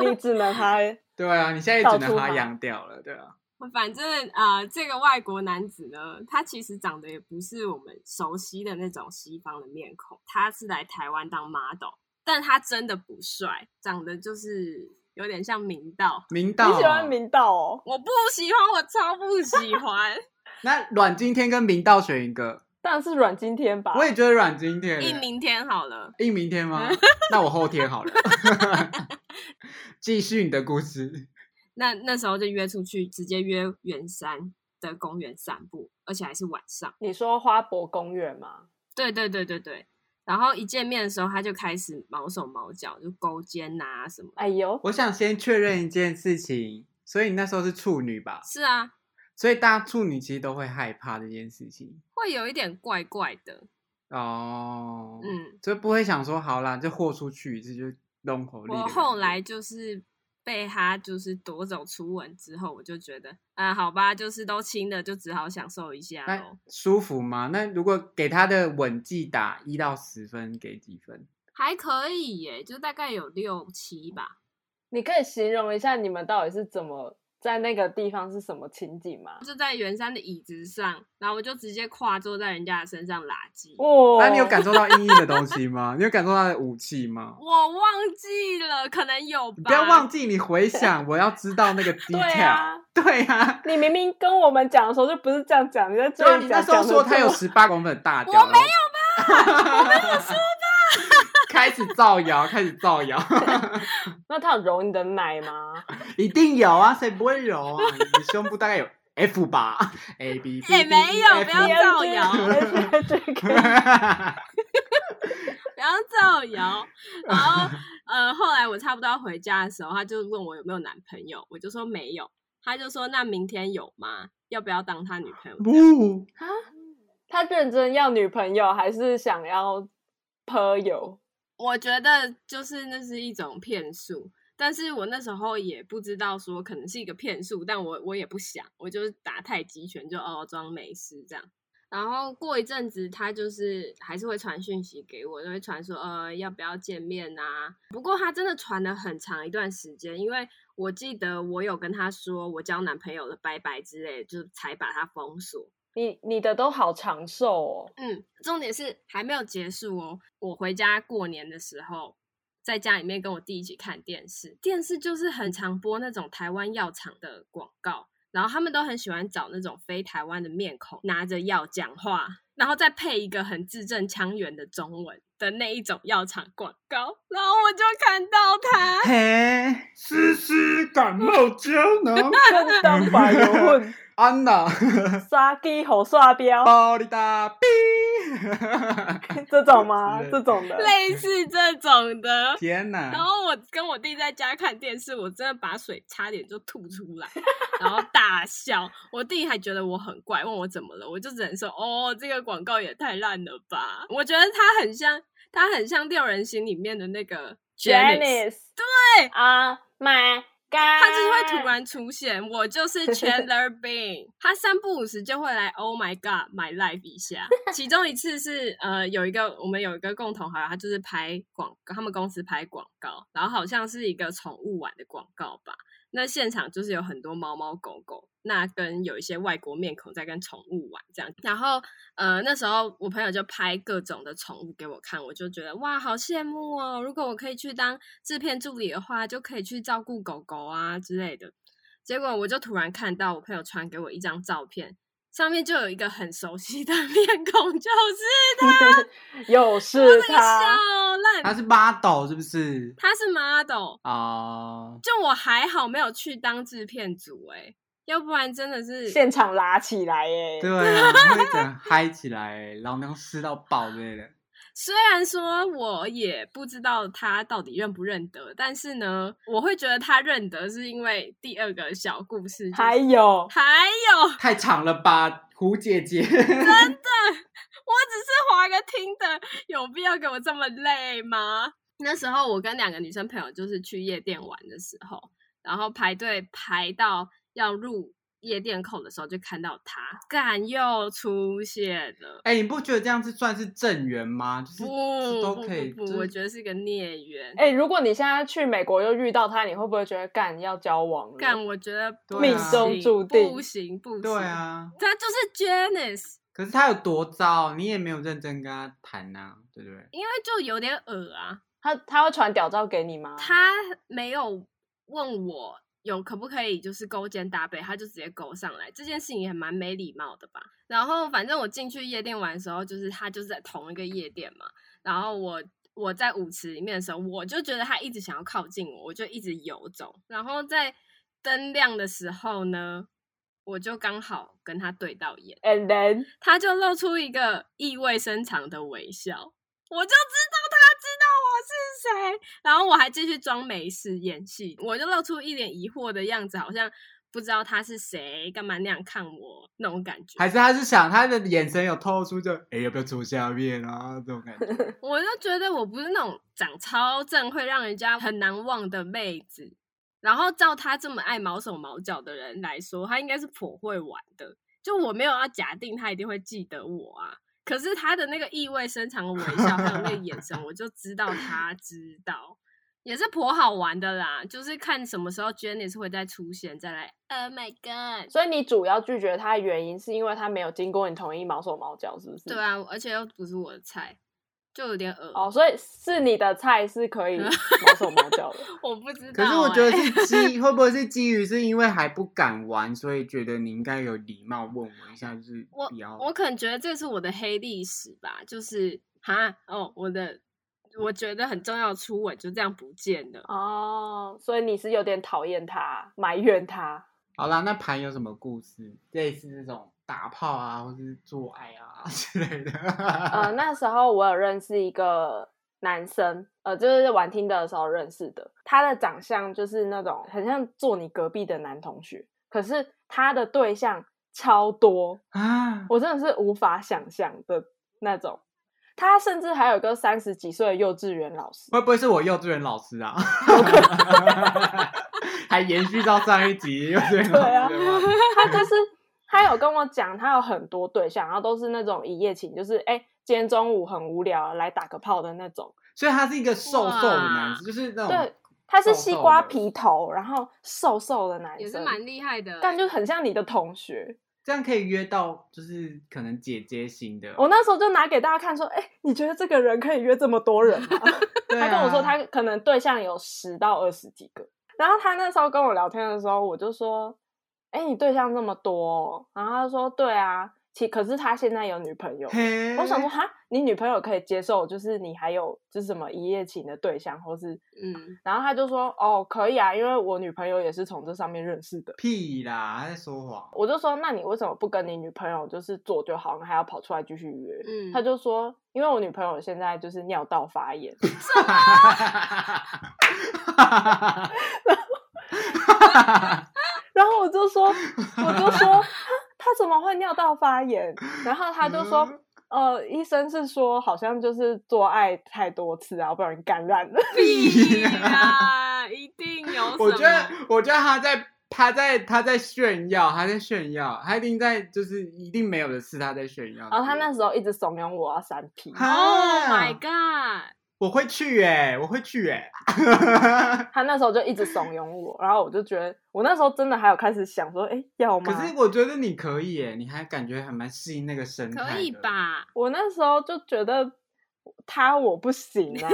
A: 你你只能 嗨。
C: 对啊，你现在也
A: 到
C: 只能
A: 处
C: 哈
A: 跑
C: 洋掉了，对啊，
B: 反正啊、呃这个外国男子呢，他其实长得也不是我们熟悉的那种西方的面孔，他是来台湾当 model，但他真的不帅，长得就是有点像明道。
C: 明道、
A: 你喜欢？明道哦，
B: 我不喜欢，我超不喜欢，
C: 那阮经天跟明道选一个，
A: 当然是阮经天吧。
C: 我也觉得阮经天。
B: 一明天好了。
C: 应明天 吗？那我后天好了。继续你的故事。
B: 那那时候就约出去，直接约圆山的公园散步，而且还是晚上。
A: 你说花博公园吗？
B: 对对对对对。然后一见面的时候，他就开始毛手毛脚，就勾肩呐、什么的。
A: 哎呦，
C: 我想先确认一件事情，所以你那时候是处女吧？
B: 是啊，
C: 所以大家处女其实都会害怕这件事情
B: 会有一点怪怪的。
C: 哦。，
B: 嗯，
C: 所以不会想说好啦，就豁出去一次就弄口力的
B: 我
C: 感觉。
B: 后来就是被他就是夺走初吻之后，我就觉得啊，好吧，就是都亲了，就只好享受一下
C: 那
B: 喽。
C: 舒服吗？那如果给他的吻技打一到十分，给几分？
B: 还可以耶，就大概有六七吧。
A: 你可以形容一下你们到底是怎么在那个地方是什么情景吗？
B: 就在袁山的椅子上，然后我就直接跨坐在人家的身上拉鸡。
A: 哦
C: 啊那你有感受到阴影的东西吗？你有感受到他的武器吗？
B: 我忘记了，可能有吧。
C: 你不要忘记，你回想，我要知道那 个 detail。
A: 啊
C: 对啊，
A: 你明明跟我们讲的时候就不是这样讲，你在
C: 对啊，
A: 这
C: 你
A: 里
C: 那
A: 讲。
C: 时候
A: 讲得
C: 说他
A: 这
C: 有
A: 么
C: 十八公分的大屌，我没有吧？我 没有说的。开始造谣，开始造 谣，
A: 那他有揉你的奶吗？
C: 一定有啊，谁不会揉啊？你胸部大概有 F 吧？A B B，
B: 哎没有
C: D, E, F
B: 不要造谣
A: 谣。
B: 然后造谣，然后呃，后来我差不多要回家的时候，他就问我有没有男朋友，我就说没有，他就说那明天有吗？要不要当他女朋友？
C: 不，
A: 他认真要女朋友，还是想要朋友？
B: 我觉得就是那是一种骗术，但是我那时候也不知道说可能是一个骗术，但我我也不想，我就是打太极拳就哦装没事这样。然后过一阵子，他就是还是会传讯息给我，就会传说呃要不要见面啊。不过他真的传了很长一段时间，因为我记得我有跟他说我交男朋友了，拜拜之类的，就才把他封锁。
A: 你你的都好长寿哦，
B: 嗯，重点是还没有结束哦。我回家过年的时候，在家里面跟我弟一起看电视，电视就是很常播那种台湾药厂的广告，然后他们都很喜欢找那种非台湾的面孔，拿着药讲话，然后再配一个很字正腔圆的中文的那一种药厂广告，然后我就看到他。
C: 嘿，湿湿感冒胶囊，
A: 跟当白有混，
C: 安娜，
A: 杀鸡吼刷标
C: 包里大逼，
A: 这种吗？
C: 之类
A: 这
C: 的
A: 种的，
B: 类似这种的，
C: 天哪！
B: 然后我跟我弟在家看电视，我真的把水差点就吐出来， 然后大笑。我弟还觉得我很怪，问我怎么了，我就只能说哦，这个广告也太烂了吧。我觉得他很像，他很像《六人行》里面的那个 Janice，
A: Janice，对啊，My God，
B: 他就是会突然出现。我就是 Chandler Bing，他三不五时就会来 Oh my God My Life 一下。其中一次是呃有一个我们有一个共同好友，他就是拍广告，他们公司拍广告，然后好像是一个宠物碗的广告吧。那现场就是有很多猫猫狗狗，那跟有一些外国面孔在跟宠物玩这样。然后呃那时候我朋友就拍各种的宠物给我看，我就觉得哇好羡慕哦！如果我可以去当制片助理的话，就可以去照顾狗狗啊之类的。结果我就突然看到我朋友传给我一张照片，上面就有一个很熟悉的 面孔，就是
A: 又是
B: 那个小
A: 他，
C: 他
B: 烂，
C: 是 model 是不是？
B: 他是 model，
C: 啊、
B: 就我还好没有去当制片组诶、要不然真的是
A: 现场拉起来耶，
C: 对啊，会整嗨起来，老娘湿到爆之类的。
B: 虽然说我也不知道他到底认不认得，但是呢，我会觉得他认得是因为第二个小故事、就是，
A: 还有
B: 还有
C: 太长了吧，胡姐姐。
B: 我只是滑个听的，有必要给我这么累吗？那时候我跟两个女生朋友就是去夜店玩的时候，然后排队排到要入夜店口的时候，就看到他，干又出现了。
C: 哎、你不觉得这样子算是正缘吗？就是
B: 不
C: 这
B: 不
C: 都可以，
B: 不不，
C: 就是
B: 我觉得是个孽缘。
A: 哎、如果你现在去美国又遇到他，你会不会觉得干要交往了？
B: 干，我觉得不
C: 命
B: 行
A: 中注定
B: 不行不行。
C: 对，啊。
B: 他就是 Janice，
C: 可是他有多糟，你也没有认真跟他谈呐、对不对？
B: 因为就有点恶啊。
A: 他他会传屌照给你吗？
B: 他没有问我有可不可以就是勾肩搭背，他就直接勾上来，这件事情也蛮没礼貌的吧。然后反正我进去夜店玩的时候，就是他就是在同一个夜店嘛，然后我。我在舞池里面的时候，我就觉得他一直想要靠近我，我就一直游走。然后在灯亮的时候呢，我就刚好跟他对到眼，
A: ，and then
B: 他就露出一个意味深长的微笑，我就知道他知道我是谁，然后我还继续装没事演戏，我就露出一脸疑惑的样子，好像不知道他是谁，干嘛那样看我那种感觉，
C: 还是他是想他的眼神有透露出就哎、要不要坐下面啊这种感 觉？
B: 我就觉得我不是那种长超正会让人家很难忘的妹子，然后照他这么爱毛手毛脚的人来说，他应该是颇会玩的。就我没有要假定他一定会记得我啊，可是他的那个意味深长的微笑，还有那个眼神，我就知道他知道，也是颇好玩的啦。就是看什么时候 Jenny 会再出现，再来。Oh my god！
A: 所以你主要拒绝他的原因是因为他没有经过你同意毛手毛脚，是不是？
B: 对啊，而且又不是我的菜，就有点恶
A: 哦，所以是你的菜是 可以毛手毛脚的。
B: 我不知道、欸。
C: 可是我觉得是
A: 欸
C: 基会不会是基于是因为还不敢玩，所以觉得你应该有礼貌问我一下，就是
B: 我
C: 不要
B: 我可能觉得这是我的黑历史吧，就是哈哦，我的我觉得很重要的初吻就这样不见了。
A: 哦，所以你是有点讨厌他，埋怨他。
C: 好啦，那盘有什么故事？类似这种打炮啊，或是做爱啊 之类的。
A: 呃，那时候我有认识一个男生，呃，就是玩听的时候认识的。他的长相就是那种很像坐你隔壁的男同学，可是他的对象超多，
C: 啊，
A: 我真的是无法想象的那种。他甚至还有一个三十几岁的幼稚园老师，
C: 会不会是我幼稚园老师啊？ 还延续到上一集幼稚园
A: 对啊
C: 老师的话题
A: 他就是他有跟我讲，他有很多对象，然后都是那种一夜情，就是哎、今天中午很无聊，来打个炮的那种。
C: 所以他是一个瘦瘦的男子，就是那种
A: 对，他是
C: 瘦
A: 西
C: 瘦
A: 瓜
C: 的
A: 皮头，然后瘦瘦的男生，
B: 也是蛮厉害的欸、
A: 但就很像你的同学。
C: 这样可以约到，就是可能姐姐型的。
A: 我哦那时候就拿给大家看，说：“哎、你觉得这个人可以约这么多人吗？”
C: 对
A: 他
C: 啊
A: 跟我说他可能对象有十到二十几个。然后他那时候跟我聊天的时候，我就说：“哎、你对象这么多哦、然后他说：“对啊，其可是他现在有女朋友。”
C: 嘿，
A: 我想说，哈，你女朋友可以接受，就是你还有就是什么一夜情的对象，或是
B: 嗯，
A: 然后他就说：“哦，可以啊，因为我女朋友也是从这上面认识的。
C: 屁啦，他在说”谎。”
A: 我就说：“那你为什么不跟你女朋友就是做就好，还要跑出来继续约？”
B: 嗯
A: 他就说：“因为我女朋友现在就是尿道发炎。然后我就说：“我就说他怎么会尿道发炎？”然后 他就说：“
C: 嗯
A: 呃，医生是说好像就是做爱太多次啊，不然感染了。
B: 屁
C: 屁
B: 啦，一定有什么。
C: 我觉得，我觉得他在，他在，他在炫耀，他在炫耀，他一定在，就是一定没有的事，他在炫耀”。
A: 然哦后他那时候一直怂恿我要三 P，
B: ，Oh
C: 啊
B: my god！
C: 我会去哎、我会去哎、
A: 他那时候就一直怂恿我，然后我就觉得我那时候真的还有开始想说：“哎，要吗？”
C: 可是我觉得你可以哎、你还感觉还蛮适应那个生态，
B: 可以？吧？
A: 我那时候就觉得他我不行啊，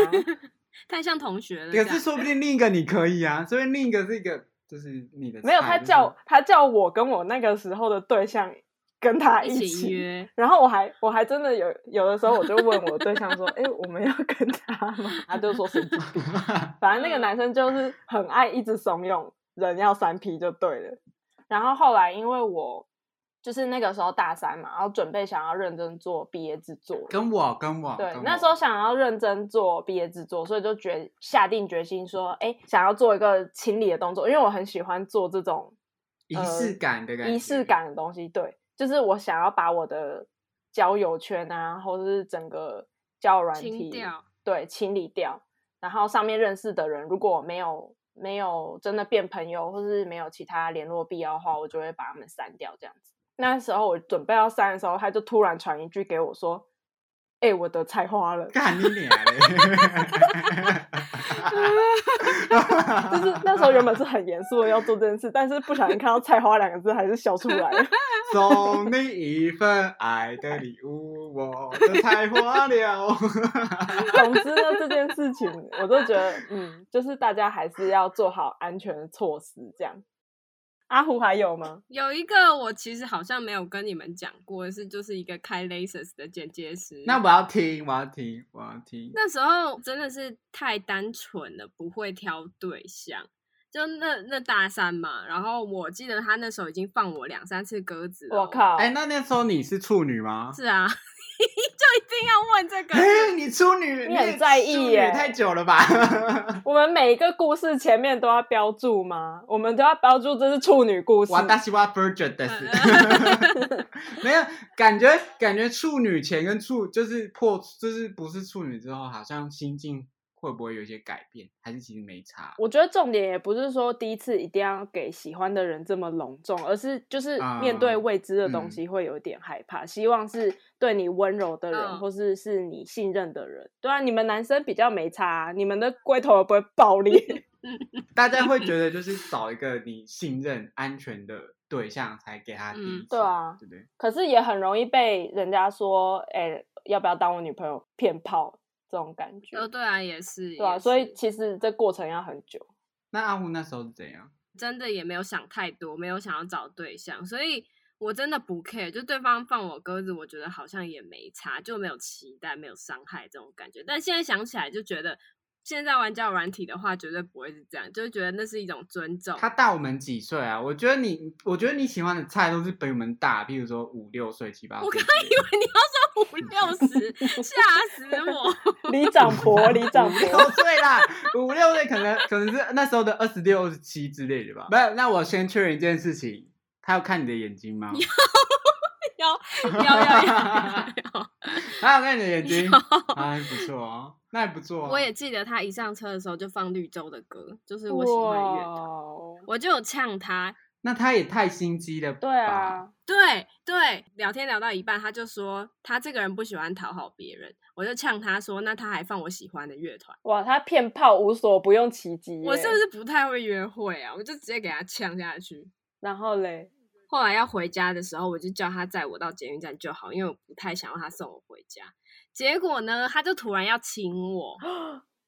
B: 太像同学了这
C: 可
B: 样。
C: 是说不定另一个你可以啊，所以另一个是一个就是你的菜，
A: 没有他
C: 就是
A: 叫他叫我跟我那个时候的对象跟他
B: 一
A: 起
B: 起约，
A: 然后我还我还真的有有的时候我就问我对象说，哎、 我们要跟他吗？ 他就说 神经病。反正那个男生就是很爱一直怂恿人要三 P 就对了。然后后来因为我就是那个时候大三嘛，然后准备想要认真做毕业制作了，
C: 跟我跟我
A: 对
C: 跟，
A: 那
C: 我
A: 时候想要认真做毕业制作，所以就决下定决心说，哎、想要做一个清理的动作，因为我很喜欢做这种
C: 仪
A: 呃
C: 式感的感觉，
A: 仪式感的东西。对，就是我想要把我的交友圈啊，或者是整个交友软
B: 清
A: 体，
B: 掉。
A: 对，清理掉。然后上面认识的人，如果没有没有真的变朋友，或是没有其他联络必要的话，我就会把他们删掉。这样子。那时候我准备要删的时候，他就突然传一句给我说：“哎、我的菜花了。”
C: 干你脸嘞！
A: 就是那时候原本是很严肃的要做这件事，但是不小心看到“菜花”两个字，还是笑出来了。
C: 送你一份爱的礼物，我的菜花了。
A: 总之呢，这件事情我都觉得，嗯，就是大家还是要做好安全的措施。这样，阿胡还有吗？
B: 有一个我其实好像没有跟你们讲过，是就是一个开 Laces 的剪接师。
C: 那我要听，我要听，我要听。
B: 那时候真的是太单纯了，不会挑对象。就那那大三嘛，然后我记得他那时候已经放我两三次鸽子了。
A: 我！靠，
C: 哎、那那时候你是处女吗？
B: 是啊，就 一定要问这
C: 哎、
B: 个。
C: 你处女，
A: 你很在意
C: 处女
A: 耶
C: 太久了吧？
A: 我们每一个故事前面都要标注吗？我们都要标注这是处女故事
C: 我。大西瓜 virgin 的是， 没有感觉，感觉处女前跟处就是破，就是不是处女之后，好像心境会不会有一些改变，还是其实没差？
A: 我觉得重点也不是说第一次一定要给喜欢的人这么隆重，而是就是面对
C: 嗯
A: 未知的东西会有点害怕，希望是对你温柔的人，
B: 嗯
A: 或是是你信任的人。对啊，你们男生比较没差啊、你们的龟头不会爆裂。
C: 大家会觉得就是找一个你信任、安全的对象才给他第一
B: 嗯
C: 次，
A: 对啊
C: 对不对？
A: 可是也很容易被人家说，哎、要不要当我女朋友骗炮这种感觉，
B: 哦，对啊，也是，
A: 对啊，
B: 也
A: 所以
B: 是
A: 其实这过程要很 久。
C: 那阿虎那时候是怎样？
B: 真的也没有想太多，没有想要找对象，所以我真的不 care，就对方放我鸽子，我觉得好像也没差，就没有期待，没有伤害这种感觉。但现在想起来就觉得，现在玩交友软体的话，绝对不会是这样，就是觉得那是一种尊重。
C: 他大我们几岁啊？我觉得你，我觉得你喜欢的菜都是比我们大，譬如说五六岁、七八岁
B: 我
C: 之
B: 刚
C: 类的。
B: 以为你要说五六十，吓死我！
A: 里长婆， 里长
C: 五
A: 婆，
C: 六岁啦， 五六岁可能可能是那时候的二十六、二十七之类的吧。没有，那我先确认一件事情，他要看你的眼睛 吗？
B: 要要要要要！
C: 他要看你的眼睛，啊，还不错哦，那还不 错、哦。
B: 我也记得他一上车的时候就放绿洲的歌，就是我喜欢的乐团，
A: 哇，
B: 我就有呛他，
C: 那他也太心机了吧？
A: 对啊，
B: 对对，聊天聊到一半，他就说他这个人不喜欢讨好别人，我就呛他说，那他还放我喜欢的乐团，
A: 哇，他骗炮无所不用其极 耶。
B: 我是不是不太会约会啊？我就直接给他呛下去。
A: 然后嘞，
B: 后来要回家的时候，我就叫他载我到捷运站就好，因为我不太想要他送我回家。结果呢，他就突然要亲我，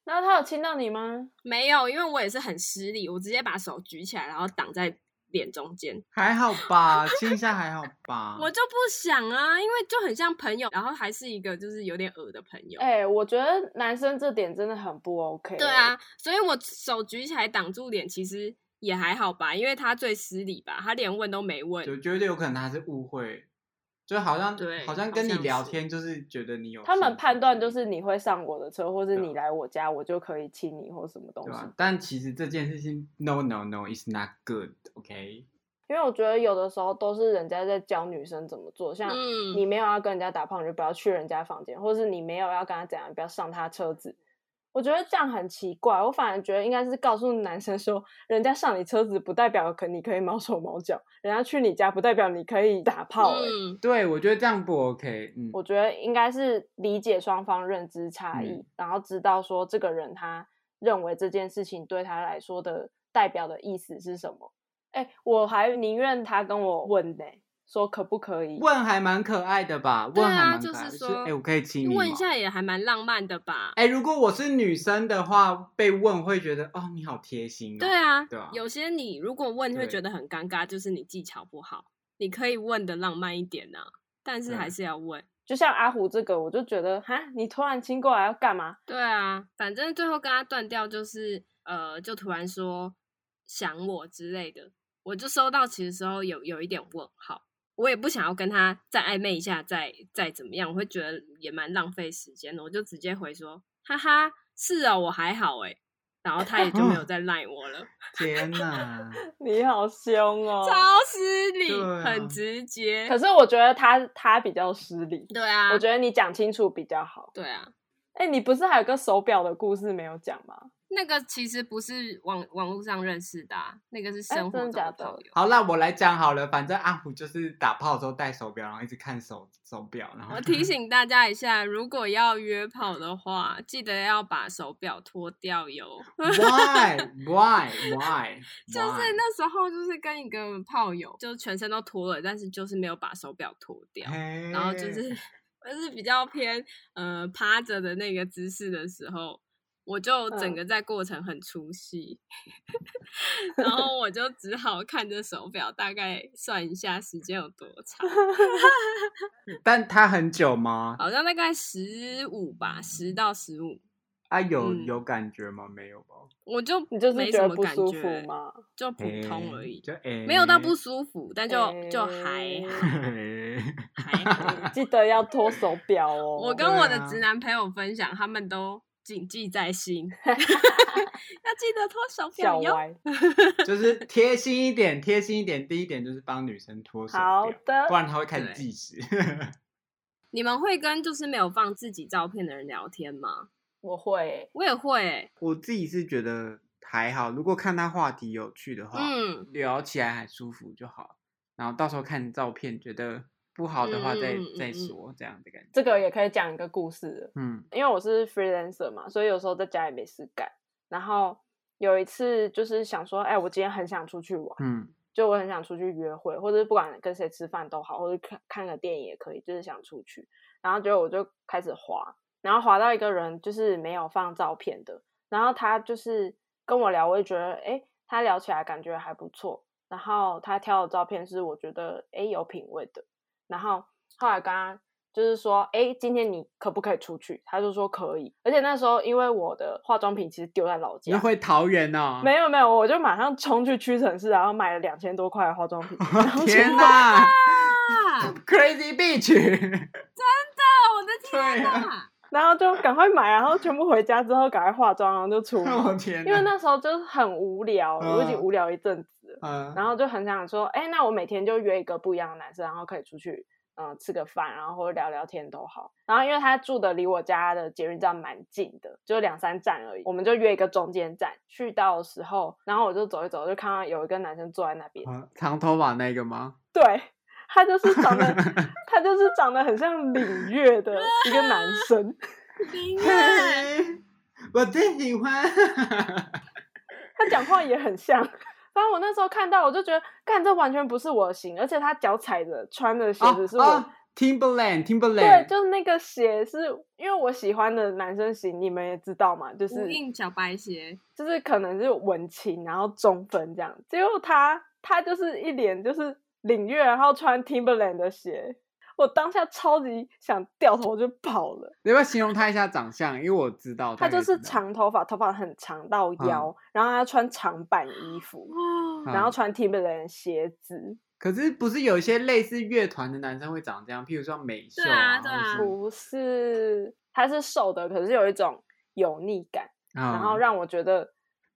A: 然后他有亲到你吗？
B: 没有，因为我也是很失礼，我直接把手举起来，然后挡在脸中间，
C: 还好吧，亲一下还好 吧。
B: 我就不想啊，因为就很像朋友，然后还是一个就是有点恶的朋友。
A: 哎、我觉得男生这点真的很不 OK。
B: 对，啊，所以我手举起来挡住脸，其实也还好吧，因为他最失礼吧，他连问都没问。嗯
C: 就觉得有可能他是误会，就好像
B: 对
C: 好像
B: 好
C: 跟你
B: 像
C: 聊
B: 是
C: 天就是觉得你有
A: 他们
C: 兴趣
A: 判断就是你会上我的车，或是
C: 对啊
A: 你来我家，我就可以亲你或什么东
C: 对
B: 啊
A: 西
C: 吧、。但其实这件事情，no no no，is not good，OK？、
A: 因为我觉得有的时候都是人家在教女生怎么做，像
B: 嗯，
A: 你没有要跟人家打炮，你就不要去人家房间，或是你没有要跟他怎样，你不要上他车子。我觉得这样很奇怪，我反而觉得应该是告诉男生说，人家上你车子不代表可你可以毛手毛脚，人家去你家不代表你可以打炮、欸。
B: 嗯，
C: 对，我觉得这样不 OK。嗯，
A: 我觉得应该是理解双方认知差异，
C: 嗯
A: 然后知道说这个人他认为这件事情对他来说的代表的意思是什么。哎，我还宁愿他跟我问呢、说可不可以？
C: 问还蛮可爱的吧？
B: 对
C: 问还
B: 啊，
C: 蛮
B: 就
C: 可爱的
B: 是
C: 是
B: 说，
C: 哎、我可以亲你
B: 问一
C: 吗
B: 下也还蛮浪漫的吧？
C: 哎、如果我是女生的话，被问会觉得哦，你好贴心、哦。
B: 对，啊，
C: 对啊
B: 有些你如果问会
C: 对
B: 觉得很尴尬，就是你技巧不好，你可以问的浪漫一点呢、但是还
C: 对啊
B: 是要问。
A: 就像阿虎这个，我就觉得哈，你突然亲过来要干嘛？
B: 对啊，反正最后跟他断掉，就是呃，就突然说想我之类的，我就收到其实时候有有一点问号，我也不想要跟他再暧昧一下，再再怎么样，我会觉得也蛮浪费时间的，我就直接回说，哈哈，是哦，我还好诶。然后他也就没 有再赖我了，
C: 天哪！
A: 你好凶哦！
B: 超失礼，
C: 对啊
B: 很直接。
A: 可是我觉得他他比较失礼，
B: 对啊，
A: 我觉得你讲清楚比较好。
B: 对啊，
A: 哎，你不是还有个手表的故事没有讲吗？
B: 那个其实不是网网络上认识的、啊，那个是
A: 哎
B: 生活中
A: 真的假
B: 的朋
A: 的
B: 友。
C: 好，那我来讲好了。反正阿虎就是打炮的时候戴手表，然后一直看手手表，然后
B: 我提醒大家一下，如果要约炮的话，记得要把手表脱掉哟。
C: why why why，
B: 就是那时候，就是跟一个炮友，就全身都脱了，但是就是没有把手表脱掉，
C: 那
B: 然后就。是 就是比较偏呃趴着的那个姿势的时候，我就整
A: 嗯
B: 个在过程很出戏，然后我就只好看着手表，大概算一下时间有多 长，
C: 但他很久吗？
B: 好像大概十五吧，十到十五。
C: 啊，有
B: 嗯
C: 有感觉吗？没有吧，
B: 我就
A: 你就是
B: 没
A: 觉
B: 什
A: 得
B: 么
A: 不
B: 感
A: 舒
B: 觉
A: 服吗？
B: 就普通而
C: 欸
B: 已，
C: 就哎，
B: 没有到不舒服，但就就还
A: 欸
B: 还好。
A: 记得要脱手表 哦。
B: 我跟我的
C: 对啊
B: 直男朋友分享，他们都谨记在 心，要记得脱手
A: 小
B: 表哟。
A: 歪，
C: 就是贴心一点，贴心一点。第一点就是帮女生脱手
A: 好
C: 表，
A: 的
C: 不，然她会开始
B: 对
C: 计时。
B: 你们会跟就是没有放自己照片的人聊天吗？
A: 我会，
B: 我也会欸、
C: 我自己是觉得还好，如果看他话题有趣的话，
B: 嗯，
C: 聊起来还舒服就好。然后到时候看照片，觉得不好的话再、
B: 嗯嗯嗯
C: 再
B: 嗯
C: 说，这样的感觉。
A: 这个也可以讲一个故事了
C: 嗯
A: 因为我是 freelancer 嘛，所以有时候在家也没事干。然后有一次就是想说，哎，我今天很想出去玩，
C: 嗯
A: 就我很想出去约会，或者是不管跟谁吃饭都好，或者看看个电影也可以，就是想出去。然后结果我就开始滑，然后滑到一个人就是没有放照片的，然后他就是跟我聊，我也觉得诶，他聊起来感觉还不错。然后他挑的照片是我觉得诶有品味的，然后后来跟他就是说，诶，今天你可不可以出去？他就说可以，而且那时候因为我的化妆品其实丢在老
C: 你
A: 家，
C: 会桃园哦？。
A: 没有没有，我就马上冲去屈臣氏，然后买了两千多块的化妆 品然后结
C: 哦天
A: 果
C: 哪
B: 啊，
C: ，Crazy Beach，
B: 我的
C: 对
B: 天
C: 啊
B: 哪！
A: 然后就赶快买，然后全部回家之后赶快化妆，然后 就出
C: 我
A: 门。
C: 哦天哪，
A: 因为那时候就是很无聊，我已经
C: 嗯
A: 无聊一阵子了，
C: 嗯，
A: 然后就很想说，哎，那我每天就约一个不一样的男生，然后可以出去，嗯、吃个饭，然后或者聊聊天都好。然后因为他住的离我家的捷运站蛮近的，就两三站而已，我们就约一个中间站。去到的时候，然后我就走一走，就看到有一个男生坐在那边，
C: 嗯长头发那个吗？
A: 对他就是长得，他就是长得很像领月的一个男生，
B: 林月，
C: 嘿，我最喜欢。
A: 他讲话也很像。反正我那时候看到，我就觉得，干这完全不是我的型，而且他脚踩着穿的
C: 哦
A: 鞋子是我，对，
C: Timberland，Timberland，
A: 就是那个鞋是因为我喜欢的男生型，你们也知道嘛， 就是
B: 无印小白鞋，
A: 就是可能是文青，然后中分这样。结果他他就是一脸就是领月，然后穿 Timberland 的鞋，我当下超级想掉头就跑了。
C: 你要不要形容他一下长相？因为我知道
A: 他
C: 大概
A: 就是
C: 知道
A: 长头发，头发很长到
C: 嗯
A: 腰，然后他穿长版衣服，
B: 哇，
A: 然后
C: 嗯
A: 穿 Timberland 鞋子，
C: 可是不是有一些类似乐团的男生会长这样？譬如说美秀
B: 对啊对
C: 啊
B: 啊
C: 或是，
A: 不是，他是瘦的，可是有一种油腻感，
C: 嗯
A: 啊然后让我觉得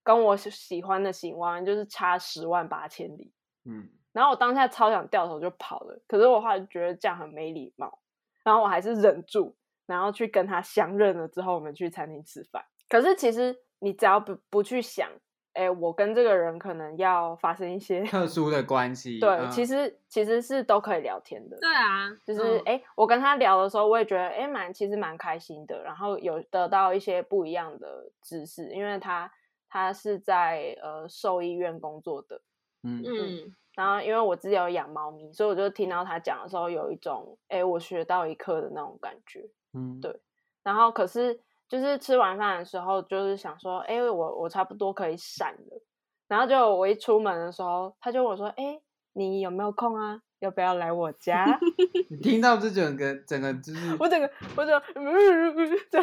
A: 跟我喜喜欢的型完就是差十万八千里。
C: 嗯，
A: 然后我当下超想掉头就跑了，可是我后来觉得这样很没礼貌，然后我还是忍住，然后去跟他相认了之后，我们去餐厅吃饭。可是其实你只要不不去想，哎，我跟这个人可能要发生一些，
C: 特殊的关系。
A: 对，
C: 嗯
A: 其实其实是都可以聊天的。
B: 对啊，
A: 就是
B: 嗯
A: 哎、诶我跟他聊的时候，我也觉得哎，诶蛮其实蛮开心的，然后有得到一些不一样的知识，因为他他是在呃兽医院工作的，
C: 嗯
B: 嗯，
A: 然后因为我自己有养猫咪，所以我就听到他讲的时候有一种，哎，我学到一课的那种感觉。
C: 嗯，
A: 对然后可是就是吃完饭的时候，就是想说，哎，我我差不多可以闪了。然后就我一出门的时候，他就问我说，哎，你有没有空啊？要不要来我家？
C: 你听到这整个整个就是
A: 我整个 我整个、嗯、就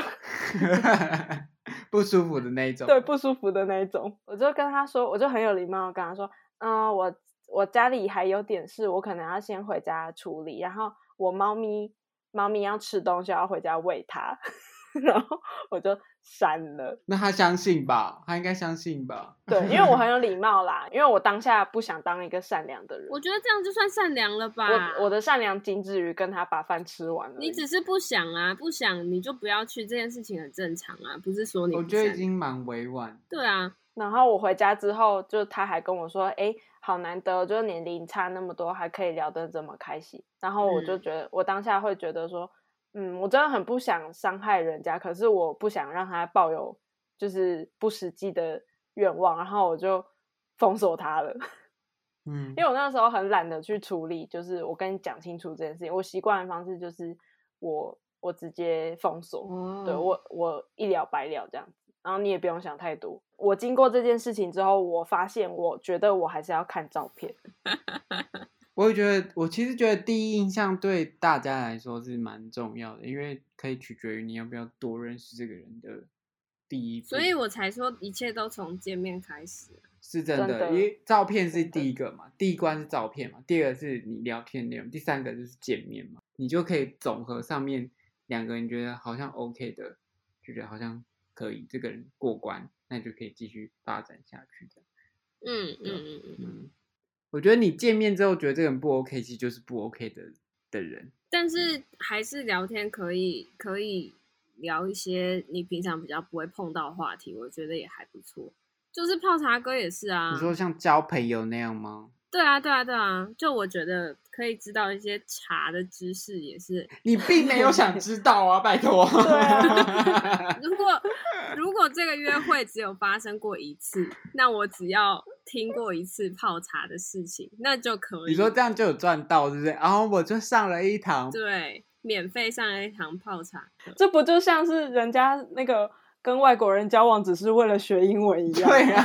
C: 不舒服的那一种。
A: 对不舒服的那一种。我就跟他说，我就很有礼貌，跟他说，嗯，我我家里还有点事，我可能要先回家处理，然后我猫咪猫咪要吃东西，要回家喂它， 然后我就删了。
C: 那他相信吧？他应该相信吧？
A: 对，因为我很有礼貌啦，因为我当下不想当一个善良的人。
B: 我觉得这样就算善良了吧。
A: 我我的善良仅止于跟他把饭吃完而已。
B: 你只是不想啊，不想你就不要去，这件事情很正常啊，不是说你
C: 我
B: 不
C: 觉得
B: 想
C: 已经蛮委婉。
B: 对啊，
A: 然后我回家之后，就他还跟我说：“哎，好难得，就是年龄差那么多，还可以聊得这么开心。”然后我就
B: 嗯
A: 觉得，我当下会觉得说：“嗯，我真的很不想伤害人家，可是我不想让他抱有就是不实际的愿望。”然后我就封锁他了，
C: 嗯
A: 因为我那时候很懒得去处理，就是我跟你讲清楚这件事情，我习惯的方式就是我我直接封锁，
B: 哦
C: 嗯
A: 对我我一了百了这样子，然后你也不用想太多。我经过这件事情之后，我发现我觉得我还是要看照 片，
C: 我也觉得，我其实觉得第一印象对大家来说是蛮重要的，因为可以取决于你要不要多认识这个人的第一步。
B: 所以我才说一切都从见面开始。啊
C: 是真的，
A: 真的
C: 因为照片是
A: 真的
C: 第一个嘛，第一关是照片嘛，第二个是你聊天内容，第三个就是见面嘛，你就可以总和上面两个人觉得好像 OK 的，就觉得好像可以，这个人过关，那你就可以继续发展下去的。
B: 嗯嗯嗯嗯。
C: 嗯，我觉得你见面之后觉得这个人不 OK，其实就是不 OK 的的人。
B: 但是还是聊天可以可以聊一些你平常比较不会碰到的话题，我觉得也还不错。就是泡茶哥也是啊，
A: 嗯
C: 你说像交朋友那样吗？
B: 对啊，对啊，对啊，就我觉得可以知道一些茶的知识也是。
C: 你并没有想知道啊，拜托。
A: 对啊
B: 如果如果这个约会只有发生过一次，那我只要听过一次泡茶的事情，那就可以。
C: 你说这样就有赚到，对不对？然后我就上了一堂，
B: 对，免费上了一堂泡茶课。
A: 这不就像是人家那个跟外国人交往只是为了学英文一样？
C: 对啊，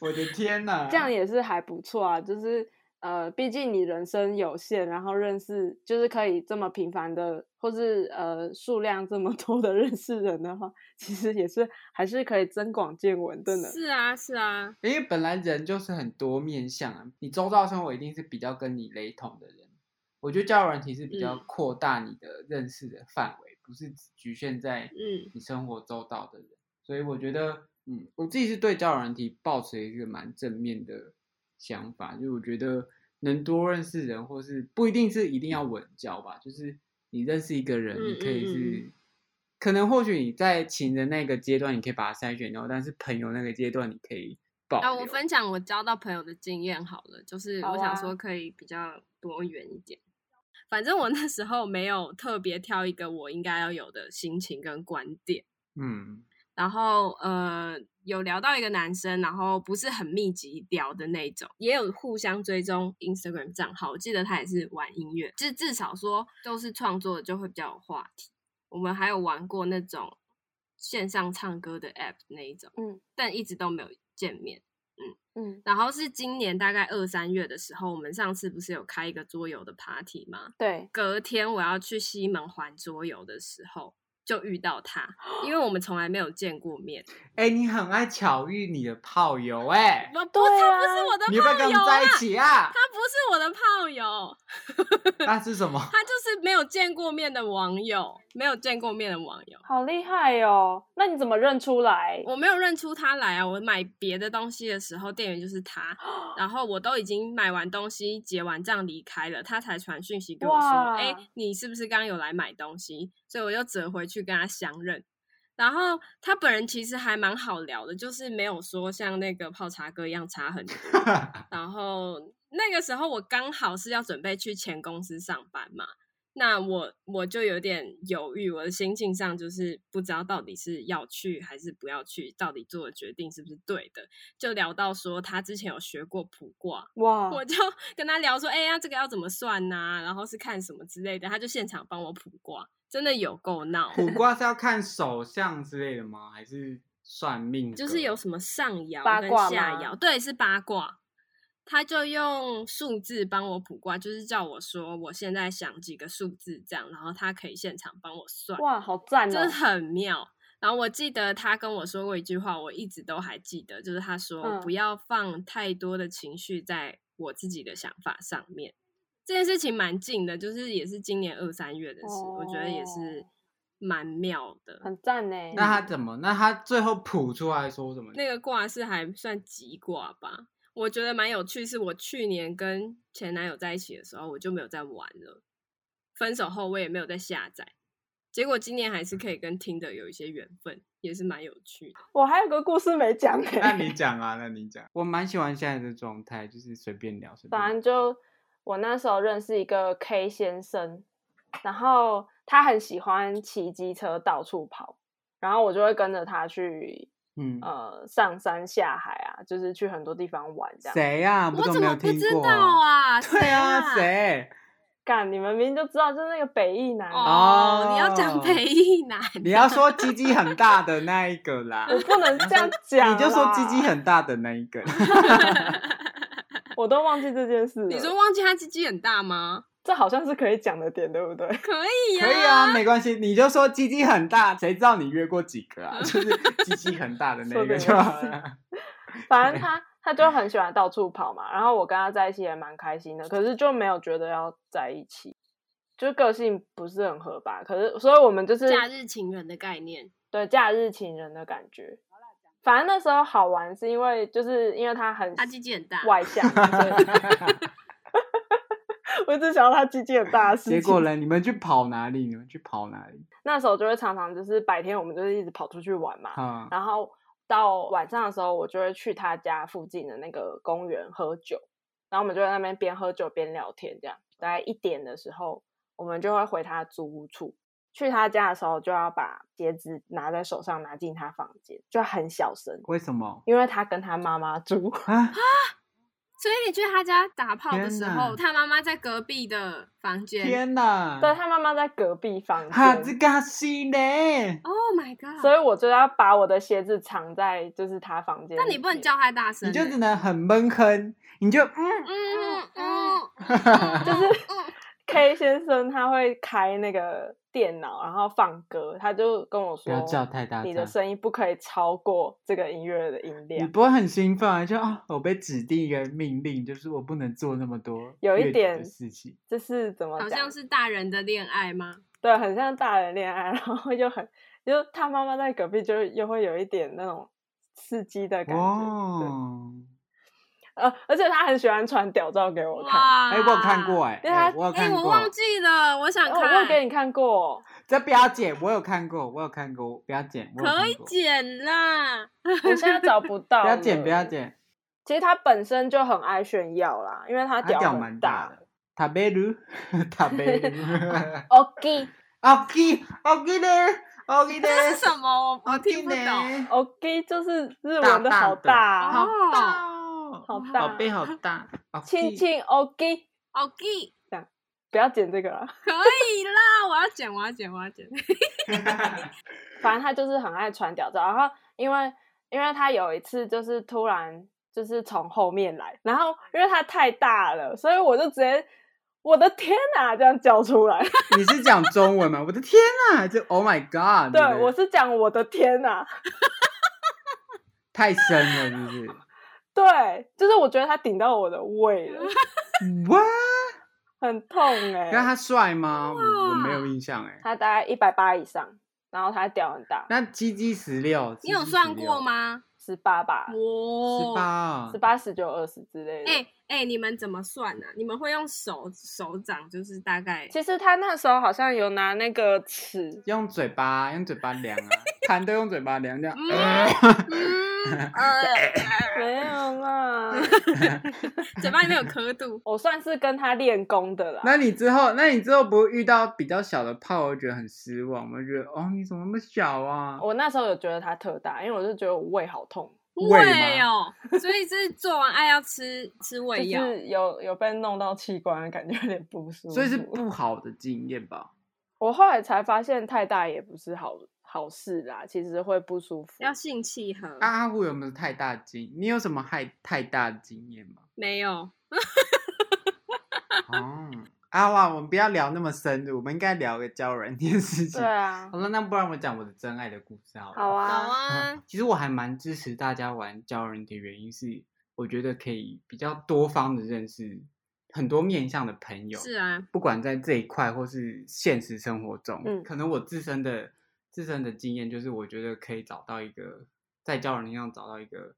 C: 我的天哪！
A: 这样也是还不错啊，就是呃，毕竟你人生有限，然后认识就是可以这么频繁的，或是呃数量这么多的认识人的话，其实也是还是可以增广见闻的呢。
B: 是啊，是啊，
C: 因为本来人就是很多面向啊，你周遭生活一定是比较跟你雷同的人。我觉得交友软体是比较
B: 嗯
C: 扩大你的认识的范围，不是只局限在
B: 嗯，
C: 你生活周到的人。所以我觉得，嗯，我自己是对交友软体抱持一个蛮正面的想法，就是我觉得能多认识人，或是不一定是一定要稳交吧，就是你认识一个人，
B: 嗯
C: 你可以
B: 嗯嗯
C: 是。可能或许你在情人那个阶段，你可以把它筛选掉，但是朋友那个阶段，你可以保留。
B: 啊，我分享我交到朋友的经验好了，就是
A: 好
B: 我想
A: 啊
B: 说可以比较多元一点。反正我那时候没有特别挑一个我应该要有的心情跟观点，
C: 嗯，
B: 然后呃有聊到一个男生，然后不是很密集聊的那种，也有互相追踪 Instagram 账号，我记得他也是玩音乐，至至少说就是创作就会比较有话题。我们还有玩过那种线上唱歌的 app 那一种，
A: 嗯，
B: 但一直都没有见面。
A: 嗯，
B: 然后是今年大概二三月的时候，我们上次不是有开一个桌游的 party 吗？
A: 对，
B: 隔天我要去西门环桌游的时候，就遇到他，因为我们从来没有见过面。
C: 哎、你很爱巧遇你的炮友哎、
B: 不，不，
A: 对
B: 他不
A: 啊
B: 是我的
C: 你要不要
B: 炮
C: 跟我
B: 友
C: 们在一
B: 啊，
C: 起啊
B: 他？不是我的炮友，
C: 那是什么？
B: 他就是没有见过面的网友，没有见过面的网友。
A: 好厉害哦！那你怎么认出来？
B: 我没有认出他来啊！我买别的东西的时候，店员就是 他，然后我都已经买完东西、结完账离开了，他才传讯息跟我说
A: 哇：“
B: 哎、你是不是刚刚有来买东西？”所以我又折回去跟他相认。然后他本人其实还蛮好聊的，就是没有说像那个泡茶哥一样差很多。然后那个时候我刚好是要准备去前公司上班嘛，那我我就有点犹豫，我的心境上就是不知道到底是要去还是不要去，到底做的决定是不是对的。就聊到说他之前有学过卜卦，
A: 哇，
B: 我就跟他聊说，哎、呀、这个要怎么算呐、然后是看什么之类的，他就现场帮我卜卦，真的有够闹，
C: 卜卦是要看手相之类的吗？还是算命格？
B: 就是有什么上爻
A: 嗯八
B: 跟
A: 卦
B: 下
A: 吗
B: 爻，对，是八卦。他就用数字帮我卜卦，就是叫我说我现在想几个数字这样，然后他可以现场帮我算。
A: 哇，好赞哦！
B: 真的很妙。然后我记得他跟我说过一句话，我一直都还记得，就是他说
A: 嗯
B: 不要放太多的情绪在我自己的想法上面。这件事情蛮近的，就是也是今年二三月的事，我觉得也是
A: 哦
B: 蛮妙的。
A: 很赞呢。
C: 那他怎么？那他最后卜出来说什么？
B: 那个卦是还算吉卦吧，我觉得蛮有趣。是我去年跟前男友在一起的时候，我就没有再玩了。分手后我也没有再下载，结果今年还是可以跟听的有一些缘分，也是蛮有趣的。
A: 我还有个故事没讲呢。
C: 那你讲啊，那你讲。我蛮喜欢现在的状态，就是随便聊，随便
A: 反
C: 聊。
A: 正就我那时候认识一个 K 先生，然后他很喜欢骑机车到处跑，然后我就会跟着他去
C: 嗯，
B: 哦
A: 呃上山下海啊，就是去很多地方玩这样。
C: 谁呀、啊？
B: 我
C: 都
B: 怎
C: 没有
B: 么不
C: 听
B: 知
C: 过
B: 道？啊？
C: 对啊，
B: 啊？
C: 谁？
A: 干，你们明明就知道，就是那个北艺男啊，
B: 哦，你要
C: 哦
B: 讲裴一男，
C: 你 要说鸡鸡很大的那一个啦，
A: 我不能这样讲，
C: 你就说鸡鸡，很大的那一个。
A: 我都忘记这件事了。
B: 你说忘记他鸡鸡很大吗？
A: 这好像是可以讲的点，对不对？
B: 可以呀、
C: 可以啊，没关系，你就说鸡鸡很大，谁知道你约过几个啊？就是鸡鸡很大的那一个就好了。
A: 反正他他就很喜欢到处跑嘛，然后我跟他在一起也蛮开心的，可是就没有觉得要在一起，就个性不是很合吧。可是所以我们就是
B: 假日情人的概念，
A: 对假日情人的感觉。反正那时候好玩是因为就是因为他 很
B: 他鸡鸡很大。
A: 外向，所以我只想到他鸡鸡很大的事情。
C: 结果呢？你们去跑哪里？你们去跑哪里？
A: 那时候就会常常就是白天我们就是一直跑出去玩嘛，
C: 啊、
A: 然后到晚上的时候，我就会去他家附近的那个公园喝酒，然后我们就在那边边喝酒边聊天，这样大概一点的时候，我们就会回他租屋处。去他家的时候，就要把鞋子拿在手上，拿进他房间，就很小声，
C: 为什么
A: 因为他跟他妈妈 住。
C: 啊？
B: 所以你去他家打炮的时
C: 天哪
B: 候，他妈妈在隔壁的房间。
C: 天哪！
A: 对他妈妈在隔壁房
C: 哈，这
A: 间，
C: 个是嘞，
B: Oh my god！
A: 所以我就要把我的鞋子藏在就是他房间里面。
B: 那你不能叫太大声
C: 你
B: 欸，
C: 就只能很闷哼，你就嗯，
B: 嗯嗯嗯，
A: 就是 K 先生他会开那个电脑，然后放歌，他就跟我
C: 不
A: 说
C: 要叫太大
A: 你的
C: 嗯声。
A: 声音不可以超过这个音乐的音
C: 你
A: 量，
C: 不会很兴奋啊？就啊，我被指定一个命令，就是我不能做那么多
A: 有一
C: 越级
A: 点
C: 的事情。
A: 这是怎么
B: 好
A: 讲？
B: 像是大人的恋爱吗？
A: 对，很像大人恋爱，然 后又很，就他妈妈在隔壁，就又会有一点那种刺激的感觉。对，
C: 哦，
A: 呃，而且他很喜欢传屌照给我看，
B: 哇！
C: 哎，我有看过哎，
A: 对啊
C: 哎我有
B: 哎、
C: 看
B: 我
C: 过，
B: 忘记了，我想
A: 哦
B: 看。
A: 我有给你看过、
C: 这不要剪，我有看过，我有看过，不要剪，我有
B: 可
C: 看
B: 以
C: 过
B: 剪啦。
A: 我现在找 不到，
C: 不要剪，不要。剪，
A: 其实他本身就很爱炫耀啦，因为他
C: 它屌
A: 啊很
C: 啊蛮大的。塔贝 鲁，塔贝鲁，
A: OK
C: 奥 基，奥基嘞，奥基 嘞，
B: 这是什么？我我
C: 奥
B: 听不懂。
C: 嘞，
A: OK 就是日
C: 大
A: 文的
C: 大
A: 好大
B: 的
A: 啊，
B: 哦
C: 好大哦，
A: 好
C: 宝
A: 大，
C: 贝好大，奥
A: 亲
C: 基
A: 亲 OK，
B: OK，
A: 不要剪这个啦。
B: 可以啦，我要剪，我要剪，我要 剪。
A: 反正他就是很爱传屌照，然后因为因为他有一次就是突然就是从后面来，然后因为他太大了，所以我就直接我的天哪、这样叫出来，
C: 你是讲中文吗？我的天啊，这 Oh my God！
A: 对
C: 不
A: 我是讲我的天哪、
C: 太深了，是不是？
A: 对，就是我觉得他顶到我的胃了，
C: 哇！
A: 很痛哎、
C: 那他帅吗？我我没有印象哎。
A: 他大概一百八以上，然后他屌很大，
C: 那鸡鸡十六，
B: 你有算过？吗？
A: 十八吧，
C: 十
B: 哇！
C: 八哦
A: 十，八、十九、二十之类的。
B: 哎哎、你们怎么算呢、你们会用手手掌，就是大 概
A: 其实他那时候好像有拿那个尺，
C: 用嘴巴，用嘴巴量啊，盘都用嘴巴量，这样
B: 嗯呃，
A: 没有啦，
B: 嘴巴里面有刻度。
A: 我算是跟他练功的啦。
C: 那你之后，那你之后不会遇到比较小的泡，我觉得很失望吗？觉得哦，你怎么那么小啊？
A: 我那时候有觉得他特大，因为我就觉得我胃好痛，
C: 胃吗
B: 胃哦，所以是做完爱要吃吃
A: 就
B: 胃药，
A: 是有有被弄到器官，感觉有点不舒服。
C: 所以是不好的经验吧？
A: 我后来才发现，太大也不是好好事啦，其实会不舒服。
B: 要性契合。
C: 啊阿虎有没有太大经？你有什么害太大的经验吗？
B: 没有，
C: 哦，啊哇，我们不要聊那么深入，我们应该聊个交友软件的事情。
A: 对啊
C: 好，了，那不然我讲我的真爱的故事好了。嗯
A: 好
B: 好
A: 啊，
B: 啊，
C: 其实我还蛮支持大家玩交友软体的原因是，我觉得可以比较多方的认识很多面向的朋友。
B: 是啊，
C: 不管在这一块或是现实生活中，
A: 嗯
C: 可能我自身的自身的经验就是，我觉得可以找到一个在交友软件上找到一个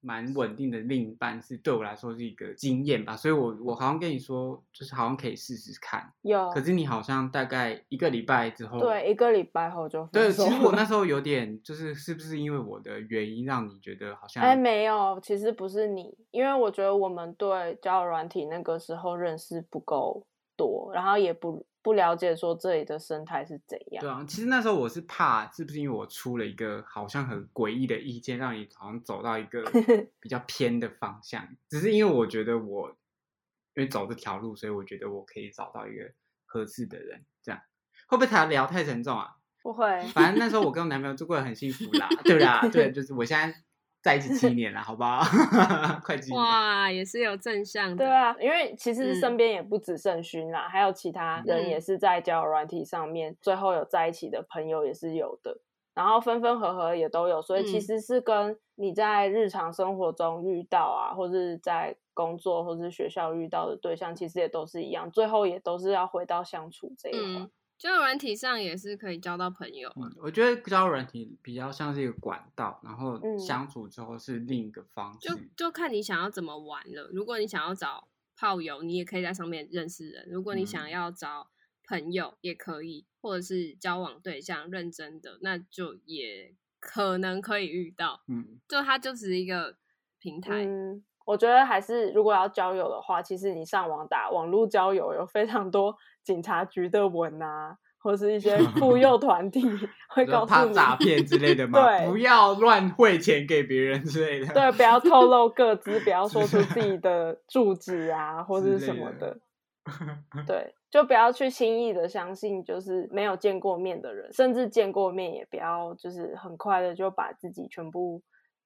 C: 蛮稳定的另一半，是对我来说是一个经验吧。所以我我好像跟你说，就是好像可以试试看，
A: 有
C: 可是你好像大概一个礼拜之后，
A: 哦对一个礼拜后就
C: 对，
A: 分手
C: 其实我
A: 了
C: 那时候有点就是是不是因为我的原因让你觉得好像
A: 哎，没有，其实不是你，因为我觉得我们对交友软体那个时候认识不够多，然后也不不了解说这里的生态是怎样
C: 对。啊，其实那时候我是怕是不是因为我出了一个好像很诡异的意见，让你好像走到一 个比较偏的方向。只是因为我觉得我因为走这条路，所以我觉得我可以找到一个合适的人，这样会不会太聊太沉重啊？
A: 不会，
C: 反正那时候我跟我男朋友就过得很幸福啦，对啦， 对，就是我现在在一起七年了，好不好？ 快七年。
B: 哇，也是有正向的。
A: 对啊，因为其实
B: 嗯
A: 身边也不止盛勋啦，还有其他人也
B: 嗯
A: 是在交友软体上面，最后有在一起的朋友也是有的，然后分分合合也都有，所以其
B: 嗯
A: 实是跟你在日常生活中遇到啊，或是在工作或是学校遇到的对象，其实也都是一样，最后也都是要回到相处这一块。
B: 嗯，就软体上也是可以交到朋友啊。
C: 嗯，我觉得交友软体比较像是一个管道，然后
A: 嗯
C: 相处之后是另一个方式。
B: 就就看你想要怎么玩了。如果你想要找炮友，你也可以在上面认识人。如果你想
D: 嗯
B: 要找朋友，也可以，或者是交往对象，认真的，那就也可能可以遇到。
C: 嗯，
B: 就它就只是一个平台，
A: 嗯，我觉得还是如果要交友的话，其实你上网打网络交友，有非常多警察局的文啊，或是一些 妇幼团体会
C: 就
A: 告
C: 怕
A: 诉你，
C: 诈骗之类 的嘛，
A: 对
C: 不要乱汇钱给别人之类的。
A: 对，不要透露各自，不要说出自己的住址 啊，或
C: 之
A: 是什
C: 类
A: 么
C: 的
A: 的。 对，就不要去轻易的相信，就是没有见过面的人，甚至见过面也不要，就是很快的就把自己全部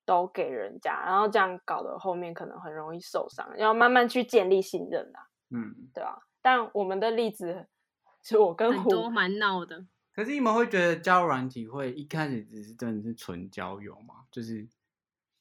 A: 都给人家，然后这样搞得后面可能很容易受伤，要慢慢去建立信任啊，
C: 嗯，
A: 对吧、但我们的例子 是我跟
B: 很
A: 胡
B: 多蛮闹的。
C: 可是你们会觉得交友软体会一开始只是真的是纯交友吗？就是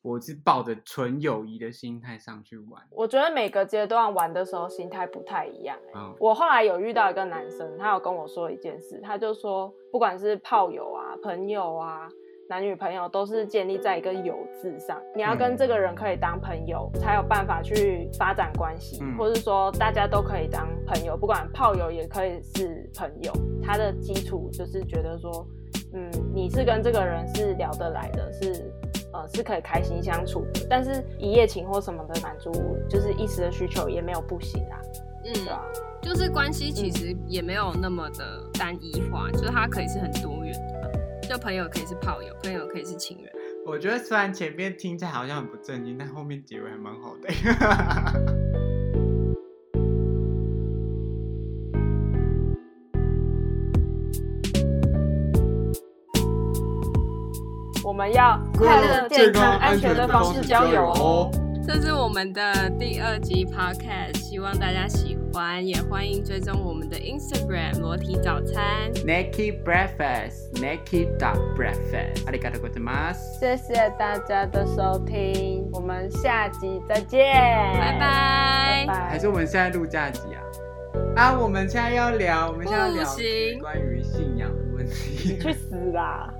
C: 我是抱着纯友谊的心态上去玩。
A: 我觉得每个阶段玩的时候心态不太一样、欸。
C: 嗯
A: 我后来有遇到一个男生，他有跟我说一件事，他就说，不管是炮友啊、朋友啊、男女朋友，都是建立在一个友字上。你要跟这个人可以当朋友，才有办法去发展关系，
C: 嗯
A: 或是说大家都可以当朋友，不管炮友也可以是朋友。他的基础就是觉得说，嗯，你是跟这个人是聊得来的，是呃是可以开心相处的，但是一夜情或什么的满足就是一时的需求也没有不行啊，对
B: 嗯
A: 吧，、
B: 就是关系其实也没有那么的单一化，就是它可以是很多元的，就朋友可以是炮友，朋友可以是情人。
C: 我觉得虽然前面听起来好像很不正经，但后面结尾还蛮 好的。
A: 我们要快乐、健康、安全的方式交友哦。。
B: 这是我们的第二集 podcast，希望大家喜欢，也欢迎追踪我们的 Instagram 裸体早餐。
C: Naked breakfast, naked dot breakfast。ありがとうございます。
A: 谢谢大家的收听，我们下集再见，
B: 拜拜
A: 拜。拜。
C: 还是我们现在录下集啊？啊，我们现在要聊，我们现在要
B: 不
C: 聊
B: 行
C: 关于信仰的问题。
A: 你去死啦！